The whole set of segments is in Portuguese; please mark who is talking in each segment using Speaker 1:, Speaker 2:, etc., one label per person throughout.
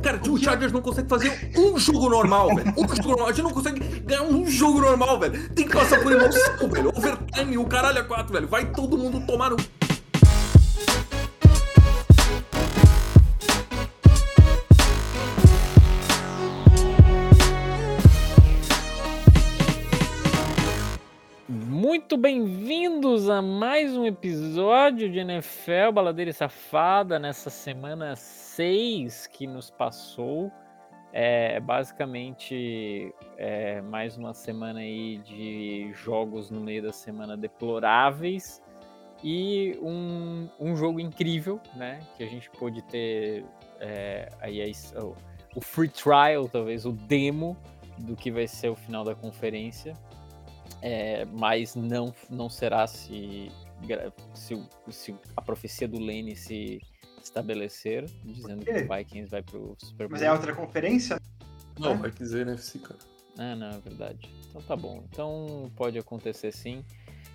Speaker 1: Cara, o Chargers não consegue fazer um jogo normal, velho. Um jogo normal. A gente não consegue ganhar um jogo normal, velho. Tem que passar por emoção, velho. Overtime, o caralho é quatro, velho. Vai todo mundo tomar um. no.
Speaker 2: Muito bem-vindos a mais um episódio de NFL Baladeira e Safada nessa semana 6 que nos passou. É basicamente é, mais uma semana aí de jogos no meio da semana deploráveis e um, um jogo incrível, né? Que a gente pôde ter é, aí é isso, o- o free trial, talvez, o demo do que vai ser o final da conferência. É, mas não, não será se, gra- se, o- se a profecia do Lane se estabelecer, dizendo que
Speaker 3: quê?
Speaker 2: o Vikings vai pro Super Bowl.
Speaker 3: Mas é outra conferência?
Speaker 1: Não, vai dizer NFC, cara.
Speaker 2: Ah, não, é verdade. Então tá bom. Então pode acontecer sim.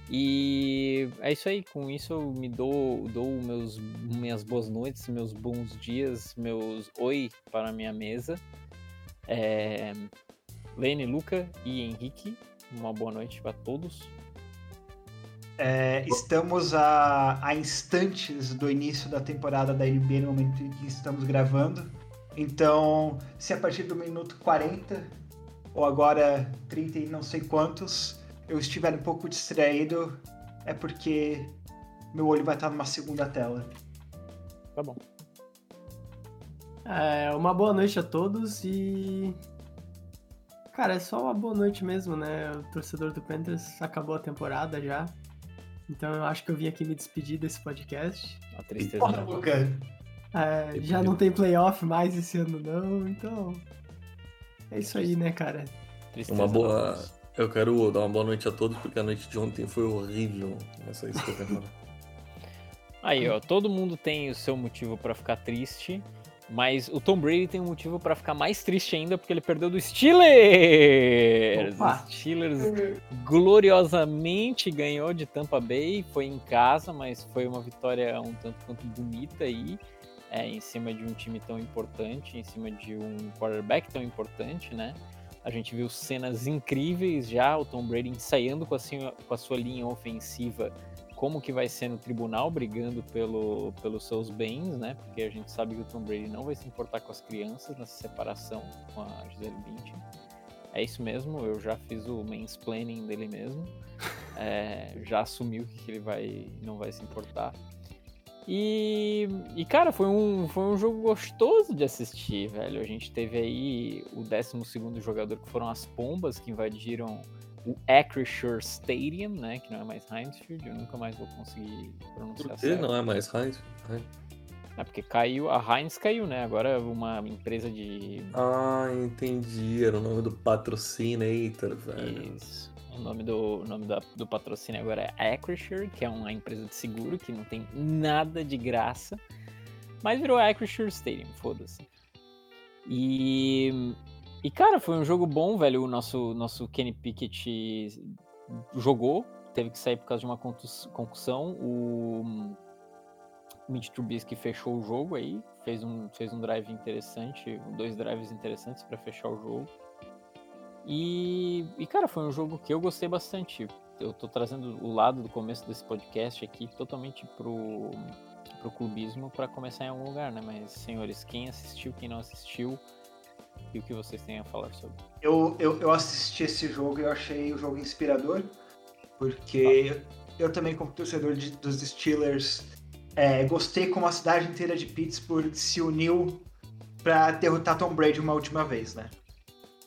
Speaker 2: E é isso aí. Com isso eu me dou, dou meus, minhas boas noites, meus bons dias, meus oi para a minha mesa. É... Lene, Luca e Henrique, uma boa noite para todos.
Speaker 3: É, estamos a, a instantes do início da temporada da NBA no momento em que estamos gravando. Então, se a partir do minuto 40 ou agora 30 e não sei quantos, eu estiver um pouco distraído, é porque meu olho vai estar numa segunda tela.
Speaker 2: Tá bom.
Speaker 4: É, uma boa noite a todos e. Cara, é só uma boa noite mesmo, né? O torcedor do Panthers acabou a temporada já. Então eu acho que eu vim aqui me despedir desse podcast.
Speaker 2: A tristeza
Speaker 3: Porra,
Speaker 2: não.
Speaker 3: Luca!
Speaker 4: É, já
Speaker 1: um
Speaker 4: não tem playoff mais esse ano, não, então. É isso aí, né, cara?
Speaker 2: Tristeza
Speaker 1: Uma
Speaker 2: não
Speaker 1: boa.
Speaker 2: alcança.
Speaker 1: Eu quero dar uma boa noite a todos, porque a noite de ontem foi horrível. Essa isso que eu tenho
Speaker 2: Aí, ó, todo mundo tem o seu motivo pra ficar triste, mas o Tom Brady tem um motivo pra ficar mais triste ainda porque ele perdeu do Steelers.
Speaker 4: Opa.
Speaker 2: Os Steelers gloriosamente ganhou de Tampa Bay, foi em casa, mas foi uma vitória um tanto quanto bonita aí, é, em cima de um time tão importante, em cima de um quarterback tão importante, né? A gente viu cenas incríveis já, o Tom Brady ensaiando com a sua- com a sua linha ofensiva como que vai ser no tribunal brigando pelo, pelos seus bens, né? Porque a gente sabe que o Tom Brady não vai se importar com as crianças nessa separação com a Gisele Bündchen. É isso mesmo, eu já fiz o mansplaining dele mesmo. É, já assumiu que ele vai, não vai se importar. E, e, cara, foi um, foi um jogo gostoso de assistir, velho. A gente teve aí o 12 jogador, que foram as pombas que invadiram o Acrisure Stadium, né? Que não é mais Heinz Field, eu nunca mais vou conseguir
Speaker 1: Por
Speaker 2: pronunciar
Speaker 1: que
Speaker 2: certo.
Speaker 1: não é mais Heinz? Heinz?
Speaker 2: É porque caiu, a Heinz caiu, né? Agora uma empresa de.
Speaker 1: Ah, entendi. Era o nome do patrocinator, velho.
Speaker 2: Isso. O nome do, o nome da- do patrocínio agora é Acrisure, que é uma empresa de seguro que não tem nada de graça. Mas virou Acrisure Stadium, foda-se. E. E, cara, foi um jogo bom, velho. O nosso, nosso Kenny Pickett jogou, teve que sair por causa de uma contus- concussão. O Mitch Trubisky fechou o jogo aí, fez um, fez um drive interessante, dois drives interessantes para fechar o jogo. E, e, cara, foi um jogo que eu gostei bastante. Eu tô trazendo o lado do começo desse podcast aqui totalmente pro, pro clubismo para começar em algum lugar, né? Mas, senhores, quem assistiu, quem não assistiu e o que vocês têm a falar sobre?
Speaker 3: Eu, eu, eu assisti esse jogo e eu achei o jogo inspirador,
Speaker 1: Tá.
Speaker 3: porque eu, eu também, como torcedor de- dos Steelers, é, gostei como a cidade inteira de Pittsburgh se uniu pra derrotar Tom Brady uma última vez, né?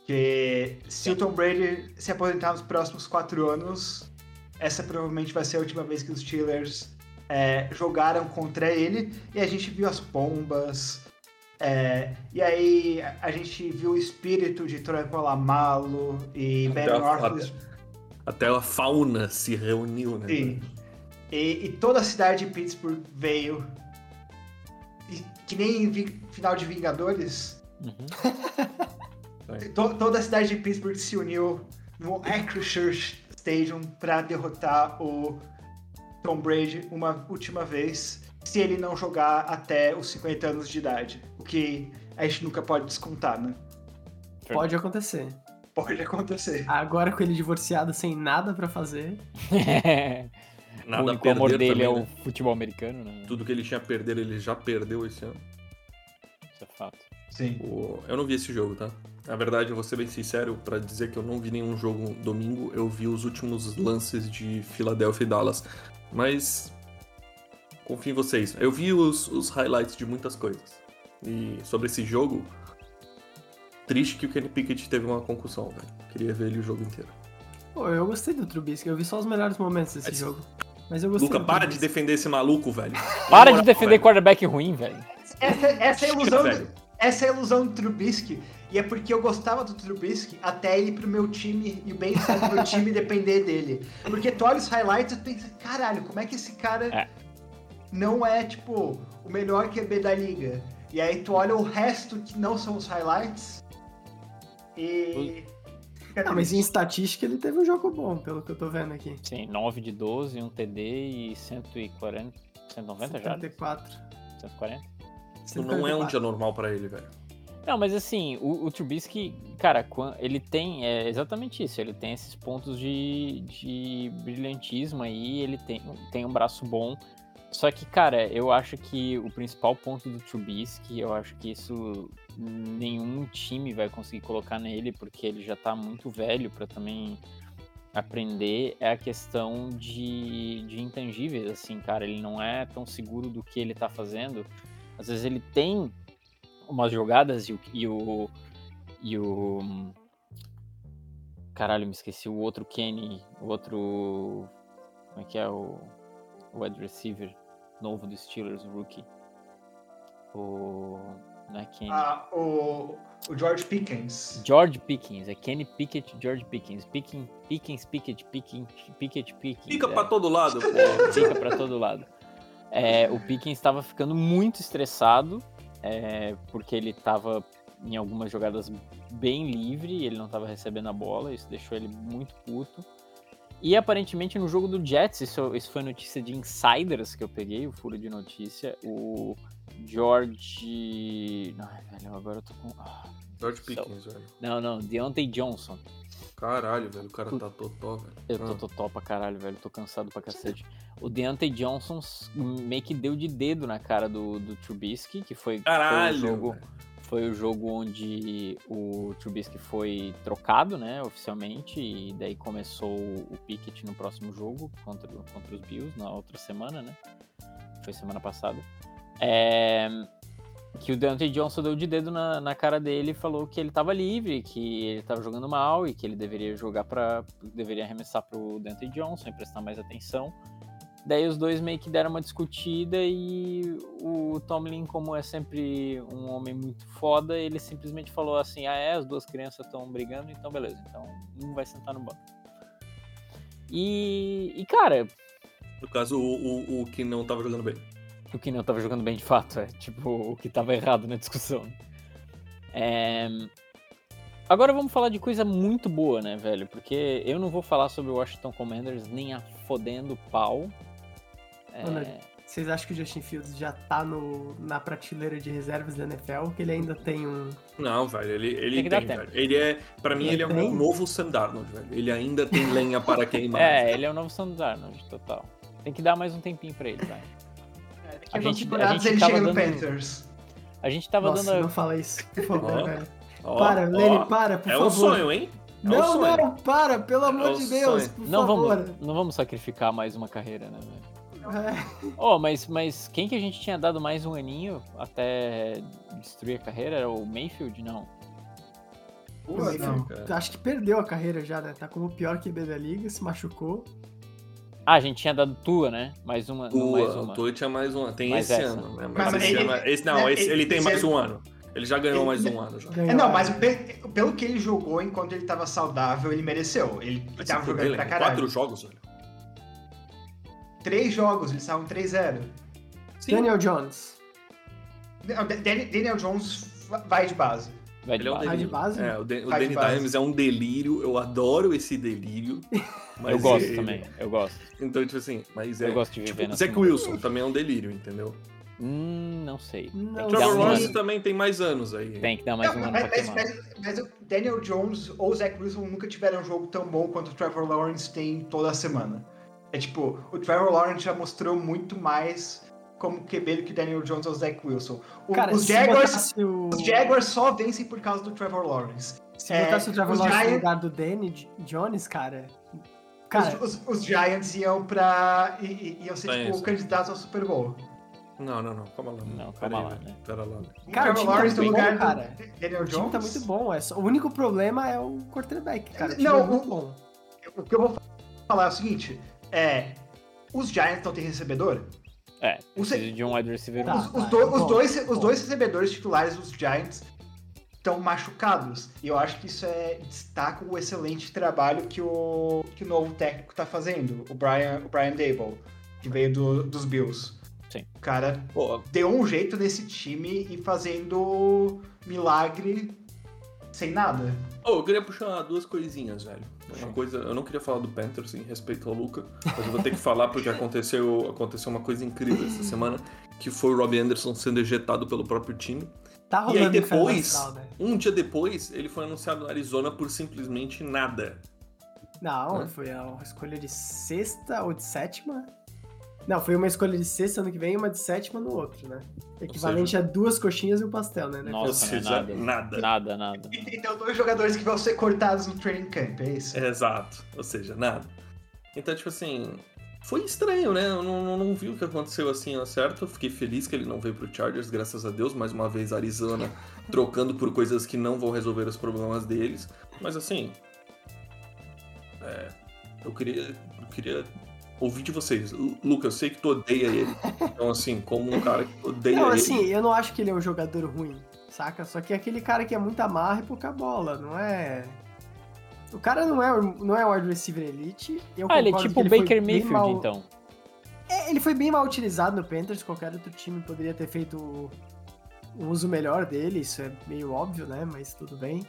Speaker 3: Porque se o Tom Brady se aposentar nos próximos quatro anos, essa provavelmente vai ser a última vez que os Steelers é, jogaram contra ele, e a gente viu as pombas, é, e aí a- a gente viu o espírito de Troy Polamalo e Ben
Speaker 1: Até a
Speaker 3: Orthos.
Speaker 1: Até a fauna se reuniu, né?
Speaker 3: Sim.
Speaker 1: velho?
Speaker 3: E, e toda a cidade de Pittsburgh veio. E que nem em vi- final de Vingadores, to- toda a cidade de Pittsburgh se uniu no Acrisure Stadium pra derrotar o Tom Brady uma última vez, se ele não jogar até os 50 anos de idade. O que a gente nunca pode descontar, né?
Speaker 4: Pode acontecer.
Speaker 3: Pode acontecer.
Speaker 4: Agora com ele divorciado sem nada pra fazer,
Speaker 2: o
Speaker 1: Nada a
Speaker 2: único amor
Speaker 1: perder
Speaker 2: dele
Speaker 1: também,
Speaker 2: é o
Speaker 1: né?
Speaker 2: futebol americano, né?
Speaker 1: Tudo que ele tinha a perder, ele já perdeu esse ano.
Speaker 2: Isso é fato.
Speaker 3: Sim.
Speaker 1: O- Eu não vi esse jogo, tá? Na verdade, eu vou ser bem sincero pra dizer que eu não vi nenhum jogo domingo. Eu vi os últimos lances de Philadelphia e Dallas. Mas. Confio em vocês. Eu vi os, os highlights de muitas coisas. E sobre esse jogo. Triste que o Kenny Pickett teve uma concussão, velho. Queria ver ele o jogo inteiro.
Speaker 4: Pô, eu gostei do Trubisky, eu vi só os melhores momentos desse
Speaker 1: Mas-
Speaker 4: jogo. Mas eu gostei.
Speaker 1: Luca,
Speaker 4: do
Speaker 1: para de
Speaker 4: Trubisky.
Speaker 1: defender esse maluco, velho. Na
Speaker 2: Para de
Speaker 1: moral,
Speaker 2: defender
Speaker 1: velho.
Speaker 2: quarterback ruim, velho.
Speaker 3: Essa, essa é a ilusão
Speaker 1: Velho.
Speaker 3: do, essa é a ilusão do Trubisky. E é porque eu gostava do Trubisky até ele ir pro meu time e o bem-estar do meu time depender dele. Porque tu olha os highlights e tu pensa, caralho, como é que esse cara
Speaker 2: É.
Speaker 3: não é, tipo, o melhor QB da liga? E aí tu olha o resto que não são os highlights e... fica
Speaker 4: Ah, mas em
Speaker 3: triste.
Speaker 4: estatística ele teve um jogo bom, pelo que eu tô vendo aqui.
Speaker 2: Sim, 9 de 12, um TD e 140. 190 já? né?
Speaker 4: 74.
Speaker 2: 140?
Speaker 1: Isso não é um dia normal pra ele, velho.
Speaker 2: Não, mas assim, o, o Trubisky, cara, quan- ele tem é exatamente isso. Ele tem esses pontos de, de brilhantismo aí, ele tem, tem um braço bom. Só que, cara, eu acho que o principal ponto do Trubisky, eu acho que isso nenhum time vai conseguir colocar nele, porque ele já tá muito velho pra também aprender, é a questão de, de intangíveis, assim, cara. Ele não é tão seguro do que ele tá fazendo. Às vezes ele tem umas jogadas e o. E o, e o caralho, me esqueci. O outro Kenny, o outro. Como é que é? O, o wide receiver novo do Steelers, o rookie. O. Não é Kenny.
Speaker 3: Ah, o, o George Pickens.
Speaker 2: George Pickens, é Kenny Pickett, George Pickens. Pickens, Pickens, Pickett, Pickens, Pickett, Pickens.
Speaker 1: Fica
Speaker 2: é.
Speaker 1: pra todo lado, pô.
Speaker 2: Fica pra todo lado. É, o Pickens estava ficando muito estressado, é, porque ele estava em algumas jogadas bem livre, ele não estava recebendo a bola, isso deixou ele muito puto. E aparentemente no jogo do Jets, isso, isso foi notícia de insiders que eu peguei, o furo de notícia, o George. Ai, velho, agora eu tô com. ah,
Speaker 1: George Pickens, velho.
Speaker 2: Não, não, Deontay Johnson.
Speaker 1: Caralho, velho. O cara tá totó, velho.
Speaker 2: Eu tô
Speaker 1: Ah.
Speaker 2: totó pra caralho, velho. Tô cansado pra cacete. O Deontay Johnson s- meio que deu de dedo na cara do, do Trubisky, que foi, foi
Speaker 1: Caralho.
Speaker 2: o jogo,
Speaker 1: velho.
Speaker 2: foi o jogo onde o Trubisky foi trocado, né, oficialmente, e daí começou o Pickett no próximo jogo contra, o- contra os Bills, na outra semana, né? Foi semana passada. É, que o Deontay Johnson deu de dedo na, na cara dele e falou que ele tava livre, que ele tava jogando mal e que ele deveria jogar para deveria arremessar pro Deontay Johnson e prestar mais atenção. Daí os dois meio que deram uma discutida e o Tomlin, como é sempre um homem muito foda, ele simplesmente falou assim: "Ah, é, as duas crianças estão brigando, então beleza, então um vai sentar no banco". E, e cara,
Speaker 1: No caso, o, o, o que não tava jogando bem.
Speaker 2: o que não tava jogando bem de fato, é tipo o que tava errado na discussão. É, Agora vamos falar de coisa muito boa, né, velho? Porque eu não vou falar sobre o Washington Commanders nem a fodendo pau. É,
Speaker 4: Olha. Vocês acham que o Justin Fields já tá no, na prateleira de reservas da NFL? Que ele ainda tem um.
Speaker 1: Não, velho, ele, ele
Speaker 2: Tem
Speaker 1: tem,
Speaker 2: que dar tempo.
Speaker 1: velho. Ele é, pra mim,
Speaker 4: Ele
Speaker 1: ele é
Speaker 4: tem?
Speaker 1: um novo Sam Darnold, velho. Ele ainda tem lenha para queimar.
Speaker 2: é, ele é o novo Sam Darnold, total. Tem que dar mais um tempinho pra ele, vai.
Speaker 3: Daqui
Speaker 4: É,
Speaker 2: a
Speaker 3: a duas
Speaker 2: gente- a
Speaker 3: temporadas
Speaker 2: gente
Speaker 3: ele
Speaker 2: tava
Speaker 3: chega no
Speaker 2: dando-
Speaker 3: Panthers.
Speaker 2: A gente tava
Speaker 4: Nossa,
Speaker 2: dando.
Speaker 4: não fala isso, por favor,
Speaker 1: Ó,
Speaker 4: velho.
Speaker 1: Ó,
Speaker 4: para,
Speaker 1: ó,
Speaker 4: Lenny, para, por
Speaker 1: É
Speaker 4: favor.
Speaker 1: um sonho, hein? É um
Speaker 4: não,
Speaker 1: sonho.
Speaker 4: não, para, pelo amor
Speaker 1: É um
Speaker 4: de Deus,
Speaker 1: sonho.
Speaker 4: por
Speaker 2: Não
Speaker 4: favor.
Speaker 2: vamos, não vamos sacrificar mais uma carreira, né, velho?
Speaker 4: É,
Speaker 2: Oh, mas, mas quem que a gente tinha dado mais um aninho até destruir a carreira? Era o Mayfield? Não.
Speaker 1: Pô,
Speaker 3: Não.
Speaker 1: cara.
Speaker 4: acho que perdeu a carreira já, né? Tá como o pior QB da liga, se machucou.
Speaker 2: Ah, a gente tinha dado tua, né? Mais uma. não, mais
Speaker 1: Tua,
Speaker 2: uma.
Speaker 1: o Tua tinha mais um ano. Tem
Speaker 2: Mais
Speaker 1: esse
Speaker 2: essa.
Speaker 1: ano, né? Mas,
Speaker 3: Mas
Speaker 1: esse
Speaker 3: ele-
Speaker 1: ano. Esse, não,
Speaker 3: ele-
Speaker 1: esse, ele tem
Speaker 3: esse
Speaker 1: mais
Speaker 3: ano-
Speaker 1: um ano. Ele já ganhou
Speaker 3: ele-
Speaker 1: mais um ano já.
Speaker 4: Ganhou,
Speaker 3: É, não,
Speaker 4: é.
Speaker 3: mas pe- pelo que ele jogou enquanto ele tava saudável, ele mereceu. Ele
Speaker 1: Mas
Speaker 3: tava
Speaker 1: se fuder,
Speaker 3: jogando pra
Speaker 2: né?
Speaker 1: Lenny,
Speaker 3: caralho.
Speaker 1: Tipo, né? quatro jogos, velho.
Speaker 3: Três jogos, eles estavam 3-0.
Speaker 1: Sim,
Speaker 4: Daniel Jones.
Speaker 3: Não, Dan- Daniel Jones va- vai de base.
Speaker 2: Vai de
Speaker 1: ele é um
Speaker 2: base.
Speaker 4: Vai de
Speaker 1: delírio.
Speaker 4: base?
Speaker 1: É, o, Dan- o
Speaker 3: Vai de
Speaker 1: Danny
Speaker 3: base.
Speaker 1: Dimes é um delírio. Eu adoro esse delírio.
Speaker 2: Eu
Speaker 1: mas
Speaker 2: gosto
Speaker 1: ele-
Speaker 2: também. Eu gosto.
Speaker 1: Então, tipo assim, mas é.
Speaker 2: Eu gosto de viver
Speaker 1: Tipo,
Speaker 2: na
Speaker 1: Zac Wilson também é um delírio, entendeu?
Speaker 2: Hum, não sei.
Speaker 4: Não
Speaker 2: que dar
Speaker 1: Trevor
Speaker 2: um
Speaker 1: Lawrence
Speaker 2: ano.
Speaker 1: também tem mais anos aí.
Speaker 2: Tem que dar mais
Speaker 3: Não,
Speaker 2: um ano pra
Speaker 3: mas, mas,
Speaker 2: queimar.
Speaker 3: mas- mas o Daniel Jones ou o Zach Wilson nunca tiveram um jogo tão bom quanto o Trevor Lawrence tem toda semana. É tipo, o Trevor Lawrence já mostrou muito mais como QB do que o Daniel Jones ou o Zach Wilson. O-
Speaker 4: Cara,
Speaker 3: os,
Speaker 4: se
Speaker 3: Jaguars,
Speaker 4: botasse o,
Speaker 3: os Jaguars só vencem por causa do Trevor Lawrence.
Speaker 4: se
Speaker 3: é,
Speaker 4: botasse o Trevor
Speaker 3: os
Speaker 4: Lawrence no
Speaker 3: Giants-
Speaker 4: lugar do Danny J- Jones, cara... Cara,
Speaker 3: os, os- os Giants iam pra. i- i- iam ser
Speaker 1: Tá
Speaker 3: tipo,
Speaker 1: isso.
Speaker 3: candidatos ao Super Bowl.
Speaker 1: Não, não, não. Calma lá. Pera
Speaker 2: Não, calma
Speaker 1: aí,
Speaker 2: lá,
Speaker 1: velho.
Speaker 2: né?
Speaker 1: Pera lá. velho.
Speaker 3: O
Speaker 4: Cara,
Speaker 3: Trevor
Speaker 4: o time tá
Speaker 3: Lawrence no
Speaker 4: muito
Speaker 3: lugar
Speaker 4: bom, cara.
Speaker 3: do Daniel
Speaker 4: o time
Speaker 3: Jones.
Speaker 4: tá muito bom. É só, o único problema é o quarterback, cara. O time
Speaker 3: Não,
Speaker 4: é muito
Speaker 3: o-
Speaker 4: bom.
Speaker 3: O que eu vou falar é o seguinte: é. Os Giants não têm recebedor?
Speaker 2: É,
Speaker 3: Os-
Speaker 2: precisa de um wide receiver.
Speaker 4: Tá.
Speaker 2: um.
Speaker 3: Os, os
Speaker 4: Ah,
Speaker 3: do-
Speaker 4: bom,
Speaker 3: os dois, os
Speaker 4: bom.
Speaker 3: dois recebedores titulares dos Giants estão machucados. E eu acho que isso é destaca o excelente trabalho que o, que o novo técnico tá fazendo, o Brian, o Brian Dable, que veio do- dos Bills.
Speaker 2: Sim.
Speaker 3: O cara
Speaker 1: Pô,
Speaker 3: deu um jeito nesse time e fazendo milagre sem nada.
Speaker 1: Ô, eu queria puxar duas coisinhas, velho.
Speaker 2: Puxa.
Speaker 1: Uma coisa, eu não queria falar do Panthers em respeito ao Luca, mas eu vou ter que falar porque aconteceu, aconteceu uma coisa incrível essa semana, que foi o Robbie Anderson sendo ejetado pelo próprio time.
Speaker 4: Tá
Speaker 1: e
Speaker 4: rolando
Speaker 1: aí depois,
Speaker 4: infernal, né?
Speaker 1: um dia depois, ele foi anunciado no Arizona por simplesmente nada.
Speaker 4: Não,
Speaker 1: Hã?
Speaker 4: foi a escolha de sexta ou de sétima? Não, foi uma escolha de sexta ano que vem e uma de sétima no outro, né? Equivalente a duas coxinhas e um pastel, né? né?
Speaker 1: Ou
Speaker 2: Nossa, não é
Speaker 1: seja,
Speaker 2: nada.
Speaker 1: nada.
Speaker 2: Nada, nada.
Speaker 3: E tem dois jogadores que vão ser cortados no training camp, é isso?
Speaker 1: É, Exato, ou seja, nada. Então, tipo assim, foi estranho, né? Eu não, não, não vi o que aconteceu assim, ó, certo? Eu fiquei feliz que ele não veio pro Chargers, graças a Deus, mais uma vez Arizona trocando por coisas que não vão resolver os problemas deles. Mas assim, é, eu queria, eu queria ouvir de vocês. Lu- Luca, eu sei que tu odeia ele. Então, assim, como um cara que odeia
Speaker 4: Não,
Speaker 1: ele.
Speaker 4: assim, eu não acho que ele é um jogador ruim, saca? Só que é aquele cara que é muito amarra e pouca bola, não é. O cara não é, não é um wide receiver elite. Eu
Speaker 2: Ah, ele é
Speaker 4: concordo
Speaker 2: tipo
Speaker 4: que
Speaker 2: o
Speaker 4: foi
Speaker 2: Baker
Speaker 4: bem
Speaker 2: Mayfield,
Speaker 4: mal-
Speaker 2: então.
Speaker 4: É, ele foi bem mal utilizado no Panthers, qualquer outro time poderia ter feito um uso melhor dele, isso é meio óbvio, né? Mas tudo bem.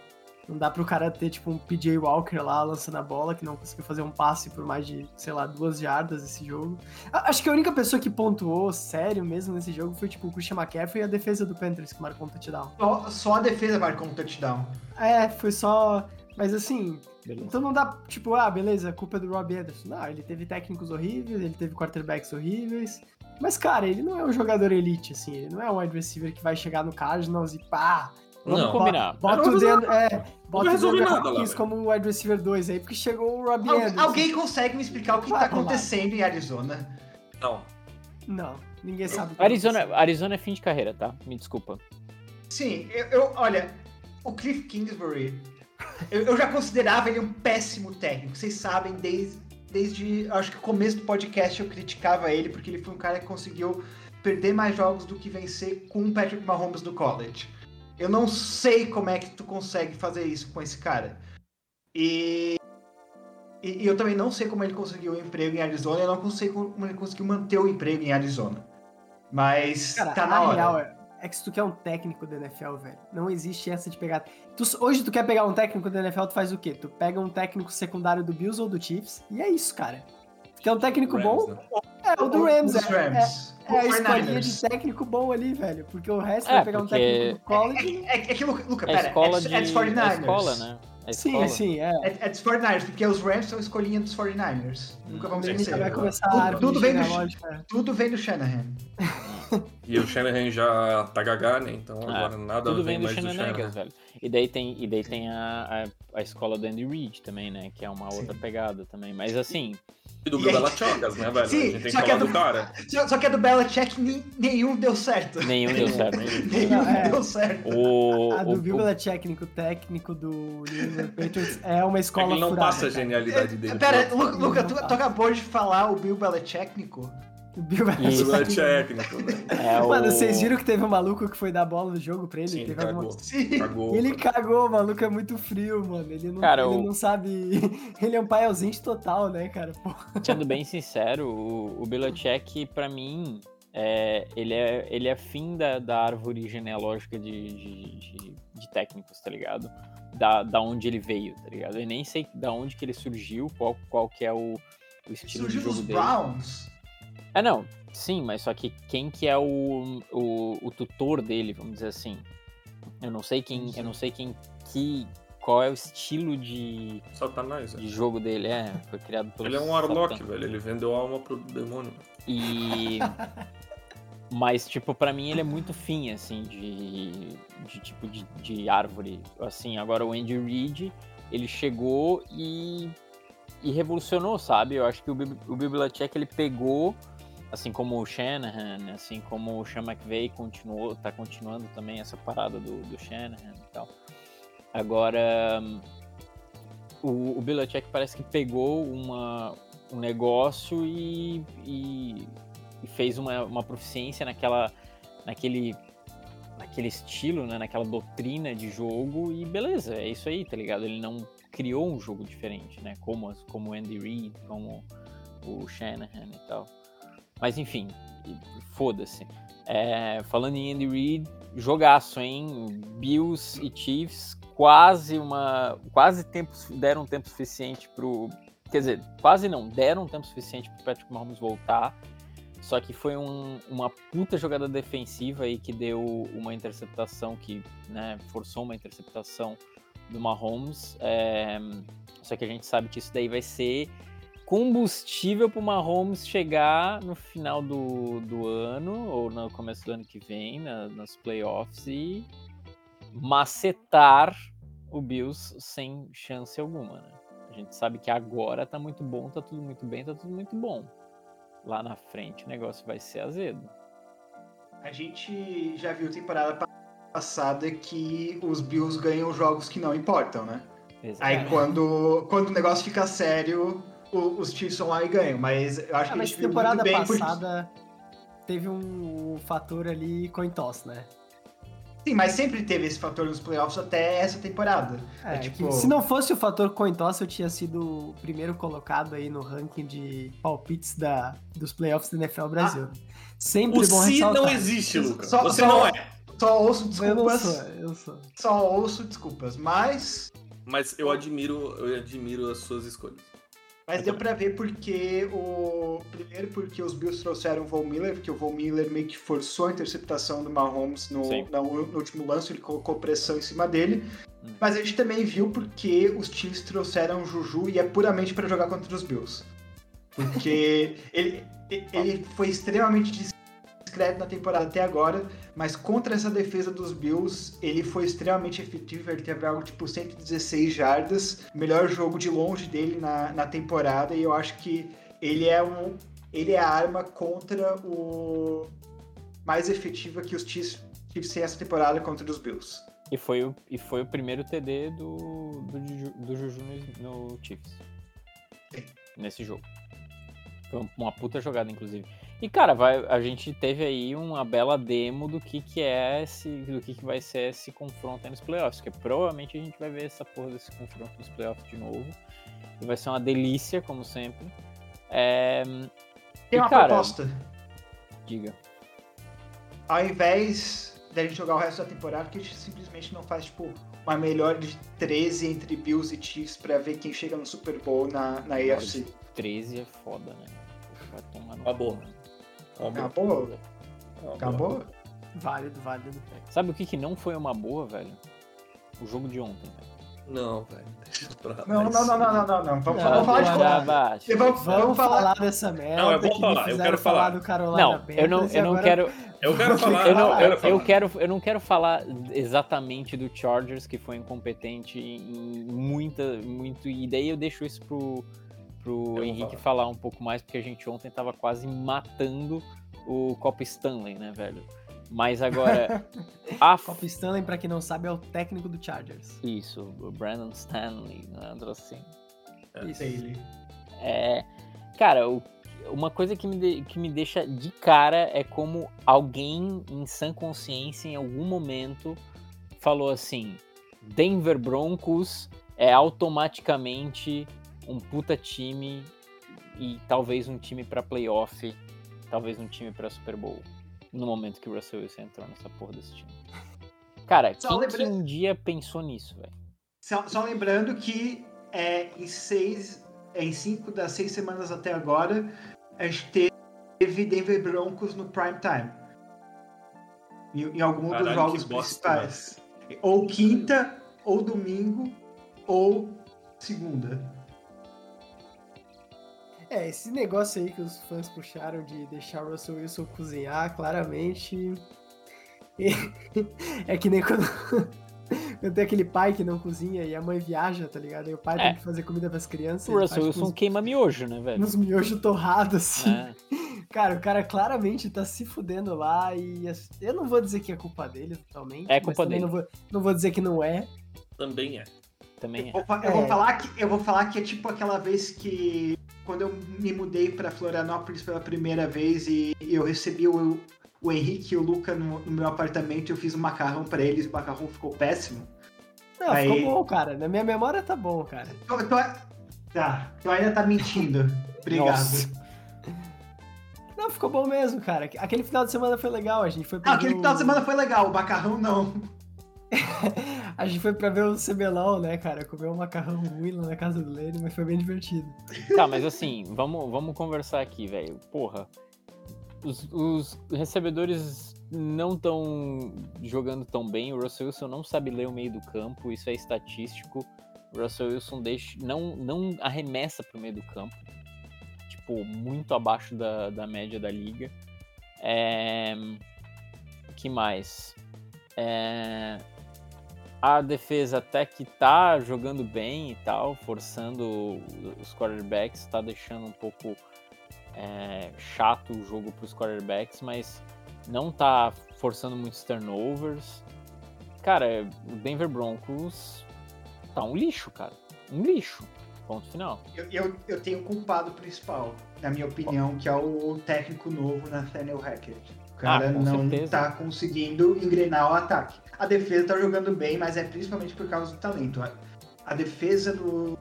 Speaker 4: Não dá pro cara ter, tipo, um PJ Walker lá lançando a bola, que não conseguiu fazer um passe por mais de, sei lá, duas jardas esse jogo. A- Acho que a única pessoa que pontuou sério mesmo nesse jogo foi, tipo, o Christian McCaffrey e a defesa do Panthers, que marcou um touchdown.
Speaker 3: Só, só a defesa marcou um touchdown.
Speaker 4: É, foi só... Mas assim,
Speaker 2: Beleza.
Speaker 4: então não dá, tipo, ah, beleza, a culpa é do Rob Anderson. Não, ele teve técnicos horríveis, ele teve quarterbacks horríveis. Mas, cara, ele não é um jogador elite, assim. Ele não é um wide receiver que vai chegar no Cardinals e pá,
Speaker 2: Vamos
Speaker 1: Não.
Speaker 2: combinar.
Speaker 4: bota
Speaker 1: Não vai
Speaker 4: o dedo. É, bota o
Speaker 1: resolve
Speaker 4: dedo
Speaker 1: nada lá,
Speaker 4: Hopkins
Speaker 1: velho.
Speaker 4: como wide receiver 2 aí, porque chegou o Rob
Speaker 3: Al-
Speaker 4: Anderson.
Speaker 3: alguém consegue me explicar o que
Speaker 4: Vai
Speaker 3: tá
Speaker 4: rolar.
Speaker 3: acontecendo em Arizona?
Speaker 1: Não,
Speaker 4: Não, ninguém sabe. o que
Speaker 2: Arizona,
Speaker 4: aconteceu.
Speaker 2: Arizona é fim de carreira, tá? Me desculpa.
Speaker 3: Sim, eu, eu- olha, o Cliff Kingsbury, eu, eu já considerava ele um péssimo técnico. Vocês sabem, desde, desde acho que o começo do podcast eu criticava ele, porque ele foi um cara que conseguiu perder mais jogos do que vencer com o Patrick Mahomes no college. Eu não sei como é que tu consegue fazer isso com esse cara. E, e, e eu também não sei como ele conseguiu o emprego em Arizona, eu não sei como ele conseguiu manter o emprego em Arizona. Mas
Speaker 4: Cara,
Speaker 3: tá
Speaker 4: a
Speaker 3: na hora.
Speaker 4: real é, é que se tu quer um técnico da NFL, velho, não existe essa de pegar. Tu- hoje tu quer pegar um técnico da NFL, tu faz o quê? Tu pega um técnico secundário do Bills ou do Chiefs, e é isso, cara. Tu quer um técnico
Speaker 1: Rams,
Speaker 4: bom?
Speaker 1: né?
Speaker 4: É, o do Rams,
Speaker 3: Os
Speaker 4: é, é,
Speaker 3: Rams.
Speaker 4: é a
Speaker 3: Os
Speaker 4: escolinha
Speaker 3: 49ers.
Speaker 4: de técnico bom ali, velho. Porque o resto
Speaker 2: É,
Speaker 4: vai pegar um
Speaker 2: porque-
Speaker 4: técnico do college.
Speaker 3: É, é que, Luca, Luca
Speaker 2: É
Speaker 3: pera,
Speaker 2: escola
Speaker 3: é,
Speaker 2: de.
Speaker 3: é dos 49ers.
Speaker 2: é escola, né? É
Speaker 4: Sim,
Speaker 2: escola.
Speaker 4: sim, é.
Speaker 3: É, é dos 49ers, porque os Rams são escolinha dos 49ers. Nunca vamos
Speaker 1: Sim,
Speaker 4: Vai
Speaker 3: esquecer.
Speaker 1: sim.
Speaker 4: começar
Speaker 3: é. Tudo-
Speaker 4: a árvore
Speaker 3: tudo vem do-
Speaker 4: genealógica.
Speaker 3: Tudo vem do Shanahan.
Speaker 1: E o Shanahan já tá gagá, né? Então agora nada
Speaker 2: Ah, Tudo
Speaker 1: vem
Speaker 2: vem do
Speaker 1: mais do Shanahan.
Speaker 2: Shenanigans, velho. E daí tem, e daí tem a, a, a escola do Andy Reid também, né? Que é uma outra pegada também. Mas assim,
Speaker 1: E do
Speaker 3: E
Speaker 1: Bill
Speaker 3: aí-
Speaker 1: Belichocas, né, velho?
Speaker 3: Sim,
Speaker 1: a gente tem que
Speaker 3: só que
Speaker 1: falar
Speaker 3: é do-
Speaker 1: do cara.
Speaker 3: Só, só que a do Belichick, ni- nenhum deu certo.
Speaker 2: nenhum deu certo.
Speaker 3: Nenhum
Speaker 4: Não, é.
Speaker 3: deu certo.
Speaker 2: O,
Speaker 4: A
Speaker 2: o-
Speaker 4: do Bill
Speaker 2: o-
Speaker 4: Belichick, o técnico do New England Patriots, é uma
Speaker 1: É que
Speaker 4: escola
Speaker 1: ele não
Speaker 4: furada,
Speaker 1: passa a
Speaker 4: cara.
Speaker 1: genialidade dele.
Speaker 3: Pera,
Speaker 1: não.
Speaker 3: Lu- Luca, tu,
Speaker 4: Não.
Speaker 3: tu acabou de falar o Bill Belichicknico?
Speaker 4: O Bill
Speaker 1: Isso
Speaker 4: Belichick.
Speaker 1: não é técnico, velho.
Speaker 2: é o-
Speaker 4: Mano, vocês viram que teve um maluco que foi dar bola no jogo pra ele?
Speaker 1: Sim,
Speaker 4: teve alguma-
Speaker 1: cagou.
Speaker 3: Sim.
Speaker 1: Cagou.
Speaker 4: Ele cagou, o maluco é muito frio, mano. Ele não,
Speaker 2: Cara,
Speaker 4: ele
Speaker 2: o-
Speaker 4: não sabe. Ele é um pai ausente total, né, cara? Pô.
Speaker 2: Sendo bem sincero, o, o Belichick, pra mim, é, ele, é, ele é fim da, da árvore genealógica de, de, de- de técnicos, tá ligado? Da, da onde ele veio, tá ligado? Eu nem sei da onde que ele surgiu, qual, qual que é o, o estilo de
Speaker 3: Surgiu dos
Speaker 2: jogo dele.
Speaker 3: Browns.
Speaker 2: É, não. Sim, mas só que quem que é o, o, o tutor dele, vamos dizer assim. Eu não sei quem, eu não sei quem que qual é o estilo de,
Speaker 1: Satanás,
Speaker 2: de
Speaker 1: tá velho.
Speaker 2: jogo dele, é, foi criado pelo
Speaker 1: Ele é um Arlok,
Speaker 2: Satã.
Speaker 1: velho. Ele vendeu a alma pro demônio.
Speaker 2: E mas tipo, pra mim ele é muito fim assim de, de tipo de, de árvore, assim. Agora o Andy Reid, ele chegou e e revolucionou, sabe? Eu acho que o Bib- o Bibliotech ele pegou assim como o Shanahan, assim como o Sean McVay continuou, tá continuando também essa parada do, do Shanahan e tal. Agora, hum, o, o Belichick parece que pegou uma, um negócio e, e- e fez uma, uma proficiência naquela, naquele, naquele estilo, né, naquela doutrina de jogo e beleza, é isso aí, tá ligado? Ele não criou um jogo diferente, né, como, as- como o Andy Reid, como o Shanahan e tal. Mas enfim, e- foda-se. É, falando em Andy Reid, jogaço, hein? Bills e Chiefs, quase uma. Quase tempo, deram tempo suficiente pro. Quer dizer, quase não, deram um tempo suficiente pro Patrick Mahomes voltar. Só que foi um- uma puta jogada defensiva aí que deu uma interceptação que, né, forçou uma interceptação do Mahomes. É, só que a gente sabe que isso daí vai ser combustível pro Mahomes chegar no final do, do ano ou no começo do ano que vem, na- nas playoffs, e macetar o Bills sem chance alguma, né? A gente sabe que agora tá muito bom, tá tudo muito bem, tá tudo muito bom. Lá na frente o negócio vai ser azedo.
Speaker 3: A gente já viu temporada pa- passada que os Bills ganham jogos que não importam, né?
Speaker 4: É.
Speaker 3: Aí quando, quando o negócio fica sério, o- os Chiefs vão lá e ganham. Mas eu acho
Speaker 4: Ah,
Speaker 3: que a
Speaker 4: mas
Speaker 3: gente viu
Speaker 4: temporada
Speaker 3: muito bem porque...
Speaker 4: passada teve um fator ali coin toss, né?
Speaker 3: Sim, mas sempre teve esse fator nos playoffs até essa temporada.
Speaker 4: É,
Speaker 3: É, tipo-
Speaker 4: que se não fosse o fator coin toss, eu tinha sido o primeiro colocado aí no ranking de palpites da, dos playoffs do NFL Brasil.
Speaker 3: Ah,
Speaker 4: Sempre
Speaker 1: O
Speaker 4: bom
Speaker 1: se não
Speaker 4: ressaltar.
Speaker 1: existe, Lucas.
Speaker 3: Só-
Speaker 1: Você
Speaker 3: só-
Speaker 1: não é.
Speaker 3: Só ouço
Speaker 4: Eu não sou,
Speaker 3: desculpas.
Speaker 4: eu sou.
Speaker 3: Só ouço desculpas. Mas,
Speaker 1: Mas eu admiro, eu admiro as suas escolhas.
Speaker 3: mas deu pra ver porque o. Primeiro porque os Bills trouxeram o Von Miller, porque o Von Miller meio que forçou a interceptação do Mahomes no,
Speaker 2: Sim.
Speaker 3: na- no último lance, ele colocou pressão em cima dele.
Speaker 2: Hum.
Speaker 3: Mas a gente também viu porque os Chiefs trouxeram o Juju e é puramente pra jogar contra os Bills. Porque ele, ele foi extremamente discreto na temporada até agora, mas contra essa defesa dos Bills, ele foi extremamente efetivo. Ele teve algo tipo 116 jardas, melhor jogo de longe dele na, na temporada, e eu acho que ele é um. Ele é a arma contra o. mais efetiva que os Chiefs, Chiefs têm essa temporada contra os Bills.
Speaker 2: E foi o, e foi o primeiro TD do, do, Juju- do Juju no, no Chiefs. Nesse jogo. Foi uma puta jogada, inclusive. E, cara, vai, a gente teve aí uma bela demo do que, que é esse. do que, que vai ser esse confronto aí nos playoffs. Porque provavelmente a gente vai ver essa porra desse confronto nos playoffs de novo. E vai ser uma delícia, como sempre. É, E,
Speaker 3: Tem uma
Speaker 2: cara,
Speaker 3: proposta.
Speaker 2: diga.
Speaker 3: ao invés da gente jogar o resto da temporada, que a gente simplesmente não faz, tipo, uma melhor de 13 entre Bills e Chiefs pra ver quem chega no Super Bowl na, na AFC.
Speaker 2: 13 é foda, né? Vai tomar no.
Speaker 1: Acabou.
Speaker 2: cu, né?
Speaker 3: Acabou? Acabou?
Speaker 4: Válido, válido.
Speaker 2: Sabe o que, que não foi uma boa, velho? O jogo de ontem, velho.
Speaker 1: Não, velho. Deixa pra lá.
Speaker 3: Não, não, não, não, não, não, não. Vamos,
Speaker 4: Não,
Speaker 3: vamos falar de
Speaker 4: não,
Speaker 3: como.
Speaker 4: não.
Speaker 2: abaixo.
Speaker 3: Vamos,
Speaker 4: Vamos,
Speaker 3: vamos
Speaker 4: falar...
Speaker 3: falar.
Speaker 4: dessa merda.
Speaker 1: Não, é bom
Speaker 4: que me
Speaker 1: falar, eu
Speaker 4: fizeram
Speaker 1: quero falar.
Speaker 4: do Carolina
Speaker 2: Não, eu não,
Speaker 4: Panthers e
Speaker 2: eu não
Speaker 4: agora-
Speaker 2: quero,
Speaker 1: Eu quero falar.
Speaker 2: eu não, eu,
Speaker 1: quero falar.
Speaker 2: eu quero, eu não quero falar exatamente do Chargers que foi incompetente em muita, muito e daí eu deixo isso pro pro
Speaker 1: vou
Speaker 2: Henrique falar. um pouco mais porque a gente ontem tava quase matando o Copa Stanley, né, velho? Mas agora a
Speaker 4: Cop Stanley, pra quem não sabe, é o técnico do Chargers.
Speaker 2: isso, o Brandon Stanley, né, um troço assim.
Speaker 4: Isso.
Speaker 3: Ele.
Speaker 2: É, cara, o- uma coisa que me, de- que me deixa de cara é como alguém em sã consciência, em algum momento, falou assim: Denver Broncos é automaticamente um puta time e talvez um time pra playoff, talvez um time pra Super Bowl. No momento que o Russell Wilson entrou nessa porra desse time. Cara,
Speaker 3: Só
Speaker 2: quem que
Speaker 3: lembrando-
Speaker 2: um dia pensou nisso, velho?
Speaker 3: Só, só lembrando que é, em seis, é, em cinco das seis semanas até agora, a gente teve Denver Broncos no prime time. Em, em algum
Speaker 1: Caralho,
Speaker 3: dos jogos
Speaker 1: que bosta,
Speaker 3: principais. Ou quinta, ou domingo, ou segunda.
Speaker 4: É, esse negócio aí que os fãs puxaram de deixar o Russell Wilson cozinhar, claramente. é que nem quando. quando tem aquele pai que não cozinha e a mãe viaja, tá ligado? E o pai
Speaker 2: É.
Speaker 4: tem que fazer comida pras crianças.
Speaker 2: O
Speaker 4: ele
Speaker 2: Russell
Speaker 4: faz com
Speaker 2: Wilson
Speaker 4: uns-
Speaker 2: queima miojo, né, velho?
Speaker 4: Uns miojos torrados, assim.
Speaker 2: É.
Speaker 4: Cara, o cara claramente tá se fudendo lá e as- eu não vou dizer que é culpa dele totalmente.
Speaker 2: É culpa
Speaker 4: mas também
Speaker 2: dele.
Speaker 4: Não vou, não vou dizer que não é.
Speaker 1: Também é.
Speaker 2: Também é.
Speaker 3: Vou fa- Eu, vou
Speaker 4: É.
Speaker 3: falar que, eu vou falar que é tipo aquela vez que quando eu me mudei pra Florianópolis pela primeira vez e eu recebi o, o Henrique e o Luca no, no meu apartamento, eu fiz um macarrão pra eles, o macarrão ficou péssimo.
Speaker 4: Não,
Speaker 3: Aí-
Speaker 4: ficou bom, cara. Na minha memória tá bom, cara.
Speaker 3: Tu, tu, tá, tu ainda tá mentindo. Obrigado.
Speaker 2: Nossa.
Speaker 4: Não, ficou bom mesmo, cara. Aquele final de semana foi legal, a gente foi pra
Speaker 3: Ah,
Speaker 4: ver
Speaker 3: aquele
Speaker 4: o-
Speaker 3: final de semana foi legal, o macarrão não.
Speaker 4: A gente foi pra ver o CBLOL, né, cara? Comeu um macarrão ruim lá na casa do Lênin, mas foi bem divertido.
Speaker 2: Tá, mas assim, vamos, vamos conversar aqui, velho. Porra. Os, os recebedores não estão jogando tão bem. O Russell Wilson não sabe ler o meio do campo. Isso é estatístico. O Russell Wilson deixa, não, não arremessa pro meio do campo. Tipo, muito abaixo da, da média da liga. É... que mais? É, a defesa até que tá jogando bem e tal, forçando os quarterbacks, tá deixando um pouco é, chato o jogo pros quarterbacks, mas não tá forçando muitos turnovers. Cara, o Denver Broncos tá um lixo, cara. Um lixo. Ponto final.
Speaker 3: Eu, eu, eu tenho um culpado principal, na minha opinião, que é o técnico novo Nathaniel Hackett. O cara
Speaker 2: Ah, com
Speaker 3: não
Speaker 2: certeza.
Speaker 3: tá conseguindo engrenar o ataque. A defesa tá jogando bem, mas é principalmente por causa do talento. A, a defesa do.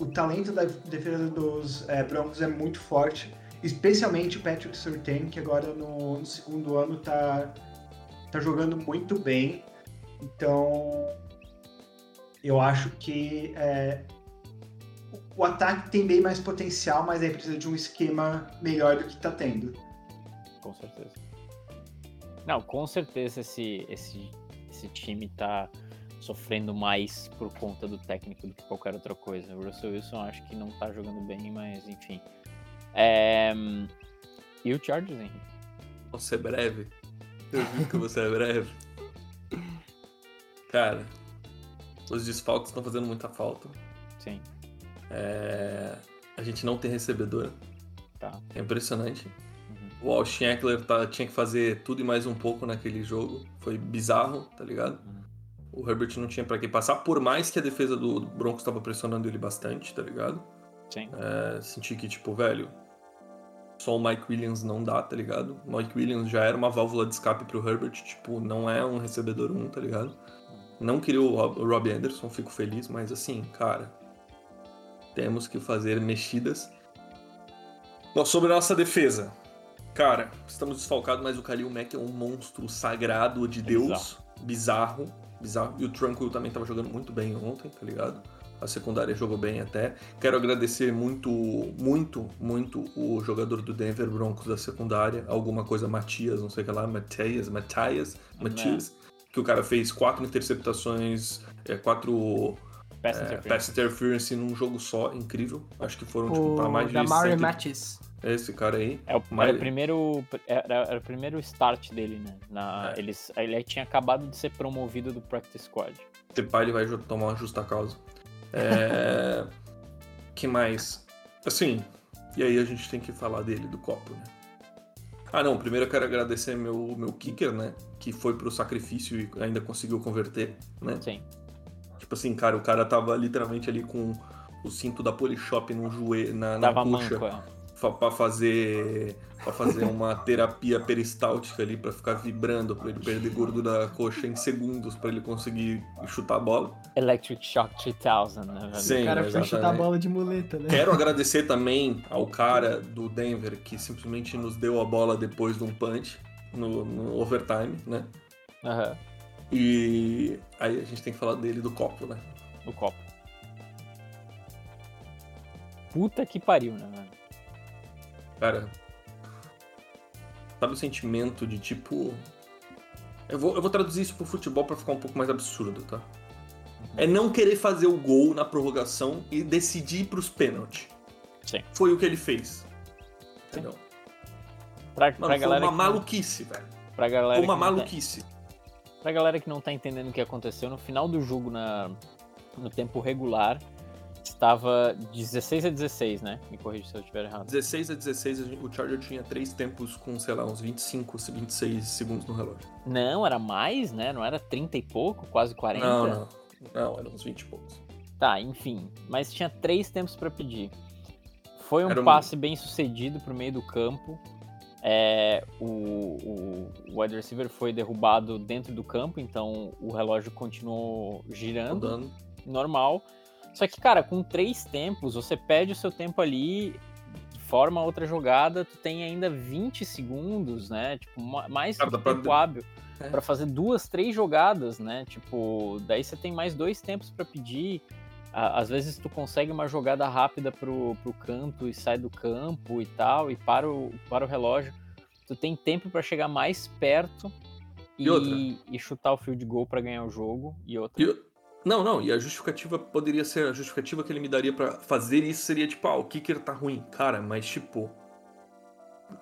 Speaker 3: O talento da defesa dos eh, Broncos é muito forte. Especialmente o Patrick Surtain, que agora no, no segundo ano tá, tá jogando muito bem. Então, eu acho que é, o- o ataque tem bem mais potencial, mas aí precisa de um esquema melhor do que tá tendo.
Speaker 2: Com certeza. Não, com certeza esse, esse, esse time tá sofrendo mais por conta do técnico do que qualquer outra coisa. O Russell Wilson acho que não tá jogando bem, mas enfim. É, hum, E o Chargers, hein?
Speaker 1: Você é breve. Eu vi que você é breve. Cara, os desfalques estão fazendo muita falta.
Speaker 2: Sim,
Speaker 1: É, A gente não tem recebedor.
Speaker 2: tá.
Speaker 1: É impressionante.
Speaker 2: Uhum.
Speaker 1: O Austin Eckler tá- tinha que fazer tudo e mais um pouco naquele jogo. Foi bizarro, tá ligado?
Speaker 2: Uhum.
Speaker 1: O Herbert não tinha pra que passar, por mais que a defesa do do Broncos tava pressionando ele bastante, tá ligado?
Speaker 2: Sim.
Speaker 1: É, senti que, tipo, velho, só o Mike Williams não dá, tá ligado? O Mike Williams já era uma válvula de escape pro Herbert, tipo, não é um recebedor um, tá ligado? Não queria o Rob- o Rob Anderson, fico feliz, mas assim, cara, temos que fazer mexidas. Bom, sobre a nossa defesa. Cara, estamos desfalcados, mas o Khalil Mack é um monstro sagrado de Deus. Bizarro. bizarro. E o Tranquil também tava jogando muito bem ontem, tá ligado? A secundária jogou bem até. Quero agradecer muito, muito, muito o jogador do Denver Broncos da secundária. Alguma coisa Matias, não sei o que lá. Matias, Matias, Matias. Que o cara fez quatro interceptações, é, quatro
Speaker 2: Pass
Speaker 1: é,
Speaker 2: interference.
Speaker 1: pass interference num jogo só, incrível. Acho que foram, tipo, pra
Speaker 4: O
Speaker 1: mais
Speaker 4: da
Speaker 1: de
Speaker 4: Mario
Speaker 1: 100...
Speaker 4: Matches.
Speaker 1: Esse cara aí.
Speaker 2: É o,
Speaker 1: Mas-
Speaker 2: era, o primeiro, era, era o primeiro start dele, né? Na,
Speaker 1: É.
Speaker 2: eles, ele tinha acabado de ser promovido do Practice Squad.
Speaker 1: Se pá, ele vai ju- tomar uma justa causa. É... que mais? Assim, e aí a gente tem que falar dele, do copo, né? Ah, não, primeiro eu quero agradecer meu, meu kicker, né? Que foi pro sacrifício e ainda conseguiu converter, né?
Speaker 2: Sim.
Speaker 1: Tipo assim, cara, o cara tava literalmente ali com o cinto da Polishop no joelho, na, na
Speaker 2: Tava
Speaker 1: coxa.
Speaker 2: manco, é.
Speaker 1: fa- pra fazer pra fazer uma terapia peristáltica ali pra ficar vibrando pra ele perder gordura da coxa em segundos pra ele conseguir chutar a bola.
Speaker 2: Electric Shock 3000, né? velho?
Speaker 1: Sim.
Speaker 4: O cara foi chutar a
Speaker 1: exatamente.
Speaker 4: bola de muleta, né?
Speaker 3: É,
Speaker 1: Quero agradecer também ao cara do Denver que simplesmente nos deu a bola depois de um punch no, no overtime, né?
Speaker 2: Aham,
Speaker 1: E aí a gente tem que falar dele do copo, né?
Speaker 2: O copo. Puta que pariu, né, velho?
Speaker 1: Cara, Sabe o sentimento de tipo. Eu vou, eu vou traduzir isso pro futebol pra ficar um pouco mais absurdo, tá? É não querer fazer o gol na prorrogação e decidir ir pros pênaltis.
Speaker 2: Sim.
Speaker 1: Foi o que ele fez. Entendeu?
Speaker 2: Pra, pra
Speaker 1: Mano, foi
Speaker 2: galera
Speaker 1: uma
Speaker 2: que-
Speaker 1: maluquice, velho.
Speaker 2: pra galera
Speaker 1: Foi uma
Speaker 2: que não tá-
Speaker 1: maluquice.
Speaker 2: Pra galera que não tá entendendo o que aconteceu, no final do jogo, na, no tempo regular, estava 16 a 16, né? Me corrija se eu estiver errado.
Speaker 1: 16 a 16, a gente- o Charger tinha três tempos com, sei lá, uns 25, 26 segundos no relógio.
Speaker 2: Não, era mais, né? Não era 30 e pouco, quase 40?
Speaker 1: Não, não. Não, eram uns 20 e poucos.
Speaker 2: Tá, enfim. Mas tinha três tempos pra pedir. Foi um
Speaker 1: Era um-
Speaker 2: passe bem sucedido pro meio do campo. É, o, o, o wide receiver foi derrubado dentro do campo, então o relógio continuou girando.
Speaker 1: Rodando.
Speaker 2: normal. Só que, cara, com três tempos, você perde o seu tempo ali, forma outra jogada, tu tem ainda 20 segundos, né? Tipo, ma- mais
Speaker 1: Cara,
Speaker 2: do
Speaker 1: dá
Speaker 2: que
Speaker 1: pra-
Speaker 2: tempo hábil
Speaker 1: É.
Speaker 2: pra fazer duas, três jogadas, né? Tipo, daí você tem mais dois tempos pra pedir. Á- Às vezes tu consegue uma jogada rápida pro, pro canto e sai do campo e tal, e para o, para o relógio. Tu tem tempo pra chegar mais perto
Speaker 1: E
Speaker 2: e,
Speaker 1: outra?
Speaker 2: e chutar o field goal pra ganhar o jogo. E outra.
Speaker 1: E eu- Não, não, e a justificativa poderia ser a justificativa que ele me daria pra fazer isso seria tipo, ah, o kicker tá ruim. Cara, mas tipo,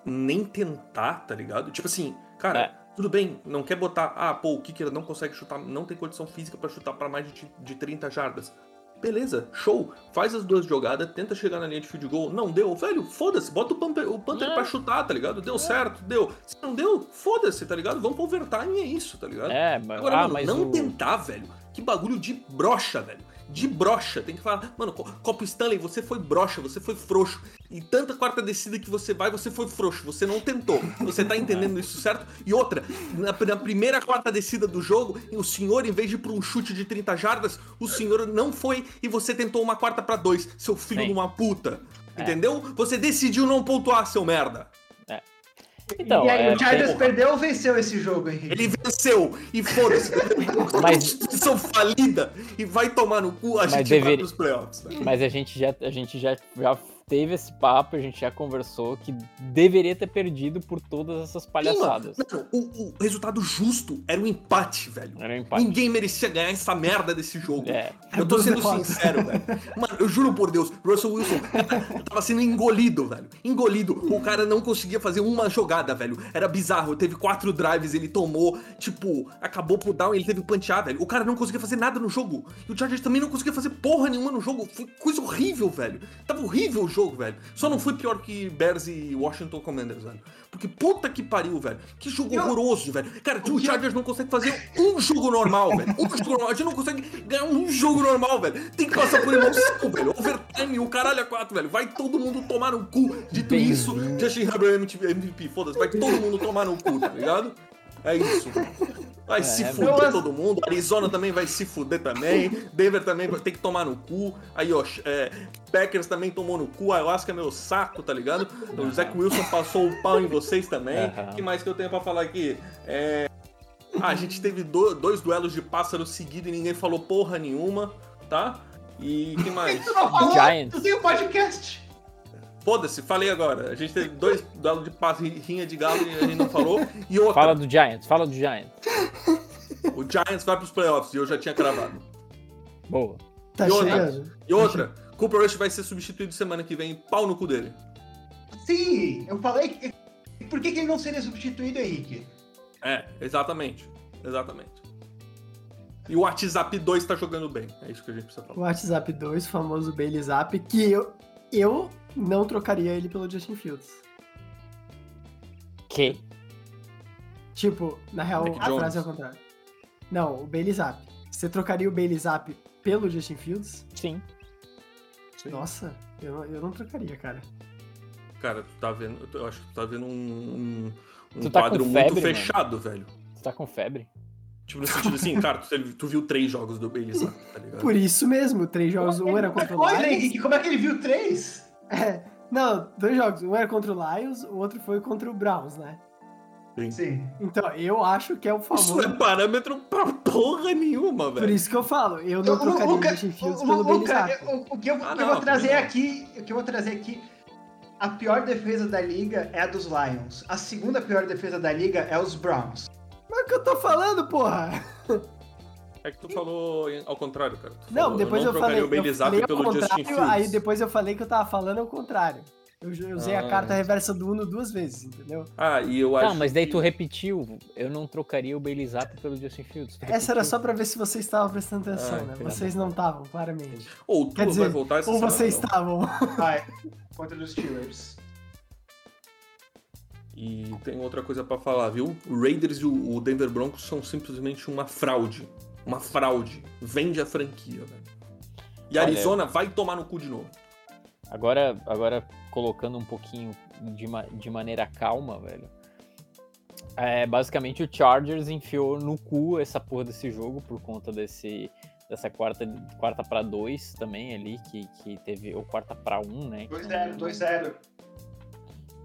Speaker 1: nem tentar, tá ligado? Tipo assim, cara,
Speaker 2: É.
Speaker 1: tudo bem, não quer botar, ah, pô, o kicker não consegue chutar, não tem condição física pra chutar pra mais de, de 30 jardas. Beleza, show. Faz as duas jogadas, tenta chegar na linha de field goal. Não deu, velho, foda-se. Bota o Panther, o Panther
Speaker 2: É.
Speaker 1: pra chutar, tá ligado? Deu certo, deu. Se não deu, foda-se, tá ligado? Vamos pro overtime e é isso, tá ligado?
Speaker 2: É, mas,
Speaker 1: Agora,
Speaker 2: ah,
Speaker 1: mano,
Speaker 2: mas
Speaker 1: não
Speaker 2: o...
Speaker 1: tentar, velho. Que bagulho de brocha, velho. De brocha. Tem que falar, mano, co- Copo Stanley, você foi brocha, você foi frouxo. E tanta quarta descida que você vai, você foi frouxo. Você não tentou. Você tá entendendo isso certo? E outra, na, na primeira quarta descida do jogo, o senhor, em vez de ir pra um chute de 30 jardas, o senhor não foi e você tentou uma quarta pra dois, seu filho
Speaker 2: Sim.
Speaker 1: de uma puta.
Speaker 2: É.
Speaker 1: Entendeu? Você decidiu não pontuar, seu merda.
Speaker 2: Então,
Speaker 3: e aí
Speaker 2: é,
Speaker 3: o Chargers
Speaker 1: porra.
Speaker 3: perdeu ou venceu esse jogo, Henrique?
Speaker 1: Ele venceu e foda-se.
Speaker 2: Mas-
Speaker 1: Constituição falida e vai tomar no cu, a
Speaker 2: Mas
Speaker 1: gente vai
Speaker 2: deveria-
Speaker 1: pros playoffs. né?
Speaker 2: mas a gente já a gente já, já teve esse papo, a gente já conversou que deveria ter perdido por todas essas palhaçadas.
Speaker 1: Não, o, o resultado justo era um empate, velho.
Speaker 2: Era um empate.
Speaker 1: Ninguém merecia ganhar essa merda desse jogo.
Speaker 2: É,
Speaker 1: Eu tô
Speaker 4: Duas
Speaker 1: sendo
Speaker 4: derrotas.
Speaker 1: sincero, velho. Mano, eu juro por Deus, Russell Wilson cara, tava sendo engolido, velho. Engolido. O cara não conseguia fazer uma jogada, velho. Era bizarro. Teve quatro drives, ele tomou, tipo, acabou pro down, ele teve que pantear, velho. O cara não conseguia fazer nada no jogo. E o Chargers também não conseguia fazer porra nenhuma no jogo. Foi coisa horrível, velho. Tava horrível o jogo, velho. Só não foi pior que Bears e Washington Commanders, velho. Porque puta que pariu, velho. Que jogo
Speaker 3: Eu-
Speaker 1: horroroso, velho. Cara, o Chargers não consegue fazer um jogo normal, velho. Um jogo normal. A gente não consegue ganhar um jogo normal, velho. Tem que passar por emoção, velho. Overtime, o caralho a quatro, velho. Vai todo mundo tomar no cu. Dito
Speaker 2: Bem-vindo.
Speaker 1: isso, Justin Herbert é MVP. Foda-se. Vai todo mundo tomar no cu, tá ligado? É isso. Vai se
Speaker 2: É,
Speaker 1: fuder
Speaker 3: mas-
Speaker 1: todo mundo. Arizona também vai se fuder também. Denver também vai ter que tomar no cu. Aí, ó, é, Packers também tomou no cu. Ayahuasca é meu saco, tá ligado? O Zach Wilson passou o pau em vocês também. O
Speaker 2: Aham.
Speaker 1: que mais que eu tenho pra falar aqui? É, A gente teve do- dois duelos de pássaros seguidos e ninguém falou porra nenhuma, tá? E que
Speaker 3: Por que
Speaker 1: mais?
Speaker 3: tu não falou?
Speaker 2: Giants.
Speaker 3: Tu tem um podcast.
Speaker 1: Foda-se, falei agora. A gente teve dois duelos de pássaros, rinha de galo e a gente não falou. E outra,
Speaker 2: fala do Giants, fala do Giants.
Speaker 1: o Giants vai pros playoffs e eu já tinha cravado.
Speaker 2: Boa.
Speaker 4: Tá
Speaker 1: E outra?
Speaker 4: chegando.
Speaker 1: E outra, Cooper Rush vai ser substituído semana que vem, pau no cu dele.
Speaker 3: Sim, eu falei. que- Por que, que ele não seria substituído, Henrique?
Speaker 1: É, exatamente. Exatamente. E o WhatsApp 2 tá jogando bem. É isso que a gente precisa
Speaker 4: O
Speaker 1: falar.
Speaker 4: WhatsApp 2, famoso Bailey Zap, que eu, eu não trocaria ele pelo Justin Fields.
Speaker 2: Que?
Speaker 4: Tipo, na real,
Speaker 1: Mac
Speaker 4: a
Speaker 1: Jones.
Speaker 4: frase é ao contrário. Não, o Bailey Zap. Você trocaria o Bailey Zap pelo Justin Fields?
Speaker 2: Sim.
Speaker 1: Sim.
Speaker 4: Nossa, eu, não- eu não trocaria, cara.
Speaker 1: Cara, tu tá vendo. Eu acho que tu tá vendo um, um, um
Speaker 2: Tu tá com
Speaker 1: quadro muito
Speaker 2: febre, mano.
Speaker 1: fechado, velho.
Speaker 2: Você tá com febre?
Speaker 1: Tipo, no sentido assim, cara, tu, teve- tu viu três jogos do Bailey Zapp, tá ligado?
Speaker 4: Por isso mesmo, três jogos, um era
Speaker 3: Outra
Speaker 4: contra o
Speaker 3: coisa,
Speaker 4: Lions.
Speaker 3: Henrique, como é que ele viu três?
Speaker 4: Não, dois jogos, um era contra o Lions, o outro foi contra o Browns, né?
Speaker 3: Sim.
Speaker 4: Então, eu acho que é o
Speaker 1: Isso é
Speaker 4: famoso.
Speaker 1: parâmetro pra porra nenhuma,
Speaker 4: Por
Speaker 1: velho.
Speaker 4: isso que eu falo, eu
Speaker 3: Eu-
Speaker 4: não
Speaker 3: o
Speaker 4: trocaria o
Speaker 3: Luca-
Speaker 4: Justin Fields
Speaker 3: o- o
Speaker 4: pelo Bailey
Speaker 3: Luca,
Speaker 4: Zap.
Speaker 3: eu- o- o que eu, o
Speaker 1: Ah,
Speaker 3: que eu
Speaker 1: não,
Speaker 3: vou trazer
Speaker 1: não.
Speaker 3: aqui, o que eu vou trazer aqui A pior defesa da liga é a dos Lions. A segunda pior defesa da liga é os Browns.
Speaker 4: Mas é o que eu tô falando, porra?
Speaker 1: É que tu falou em- ao contrário, cara. Tu
Speaker 4: Não,
Speaker 1: falou,
Speaker 4: depois eu,
Speaker 1: não
Speaker 4: falei.
Speaker 1: trocaria o Bailey
Speaker 4: eu falei
Speaker 1: Zappi
Speaker 4: ao
Speaker 1: pelo Justin
Speaker 4: contrário,
Speaker 1: Fields.
Speaker 4: aí depois eu falei que eu tava falando ao contrário. Eu ju- eu usei
Speaker 1: Ah.
Speaker 4: a carta reversa do Uno duas vezes, entendeu?
Speaker 1: Ah, e eu acho
Speaker 2: Não, mas daí
Speaker 1: que-
Speaker 2: tu repetiu. Eu não trocaria o Bailey Zapp pelo Justin Fields. Tu
Speaker 4: Essa era
Speaker 2: repetiu.
Speaker 4: só pra ver se vocês estavam prestando atenção,
Speaker 1: Ah,
Speaker 4: né?
Speaker 1: entendi.
Speaker 4: Vocês não estavam, claramente.
Speaker 1: Ou tu
Speaker 4: Quer
Speaker 1: vai
Speaker 4: dizer,
Speaker 1: voltar essa
Speaker 4: Ou
Speaker 1: semana,
Speaker 4: vocês
Speaker 1: não.
Speaker 4: estavam.
Speaker 3: Vai, contra os Steelers.
Speaker 1: E tem outra coisa pra falar, viu? O Raiders e o o Denver Broncos são simplesmente uma fraude. Uma fraude. Vende a franquia, velho. E
Speaker 2: Olha,
Speaker 1: Arizona vai tomar no cu de novo.
Speaker 2: Agora, agora colocando um pouquinho de, ma- de maneira calma, velho. É, basicamente o Chargers enfiou no cu essa porra desse jogo por conta desse dessa quarta quarta para dois também ali que, que teve ou quarta para um, né? que
Speaker 3: 2-0,
Speaker 2: não-
Speaker 3: 2-0.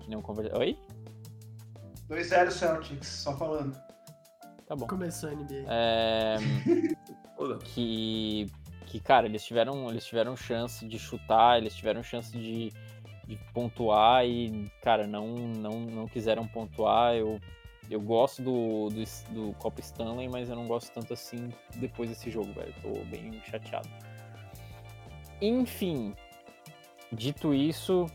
Speaker 2: que não conver- Oi,
Speaker 3: 2-0 Celtics, só falando.
Speaker 2: tá bom.
Speaker 4: Começou a NBA.
Speaker 2: É,
Speaker 1: Foda.
Speaker 2: que, que cara, eles tiveram, eles tiveram chance de chutar, eles tiveram chance de, de pontuar e, cara, não, não, não quiseram pontuar. Eu, eu gosto do, do, S- do Copa Stanley, mas eu não gosto tanto assim depois desse jogo, velho. Tô bem chateado. Enfim, dito isso,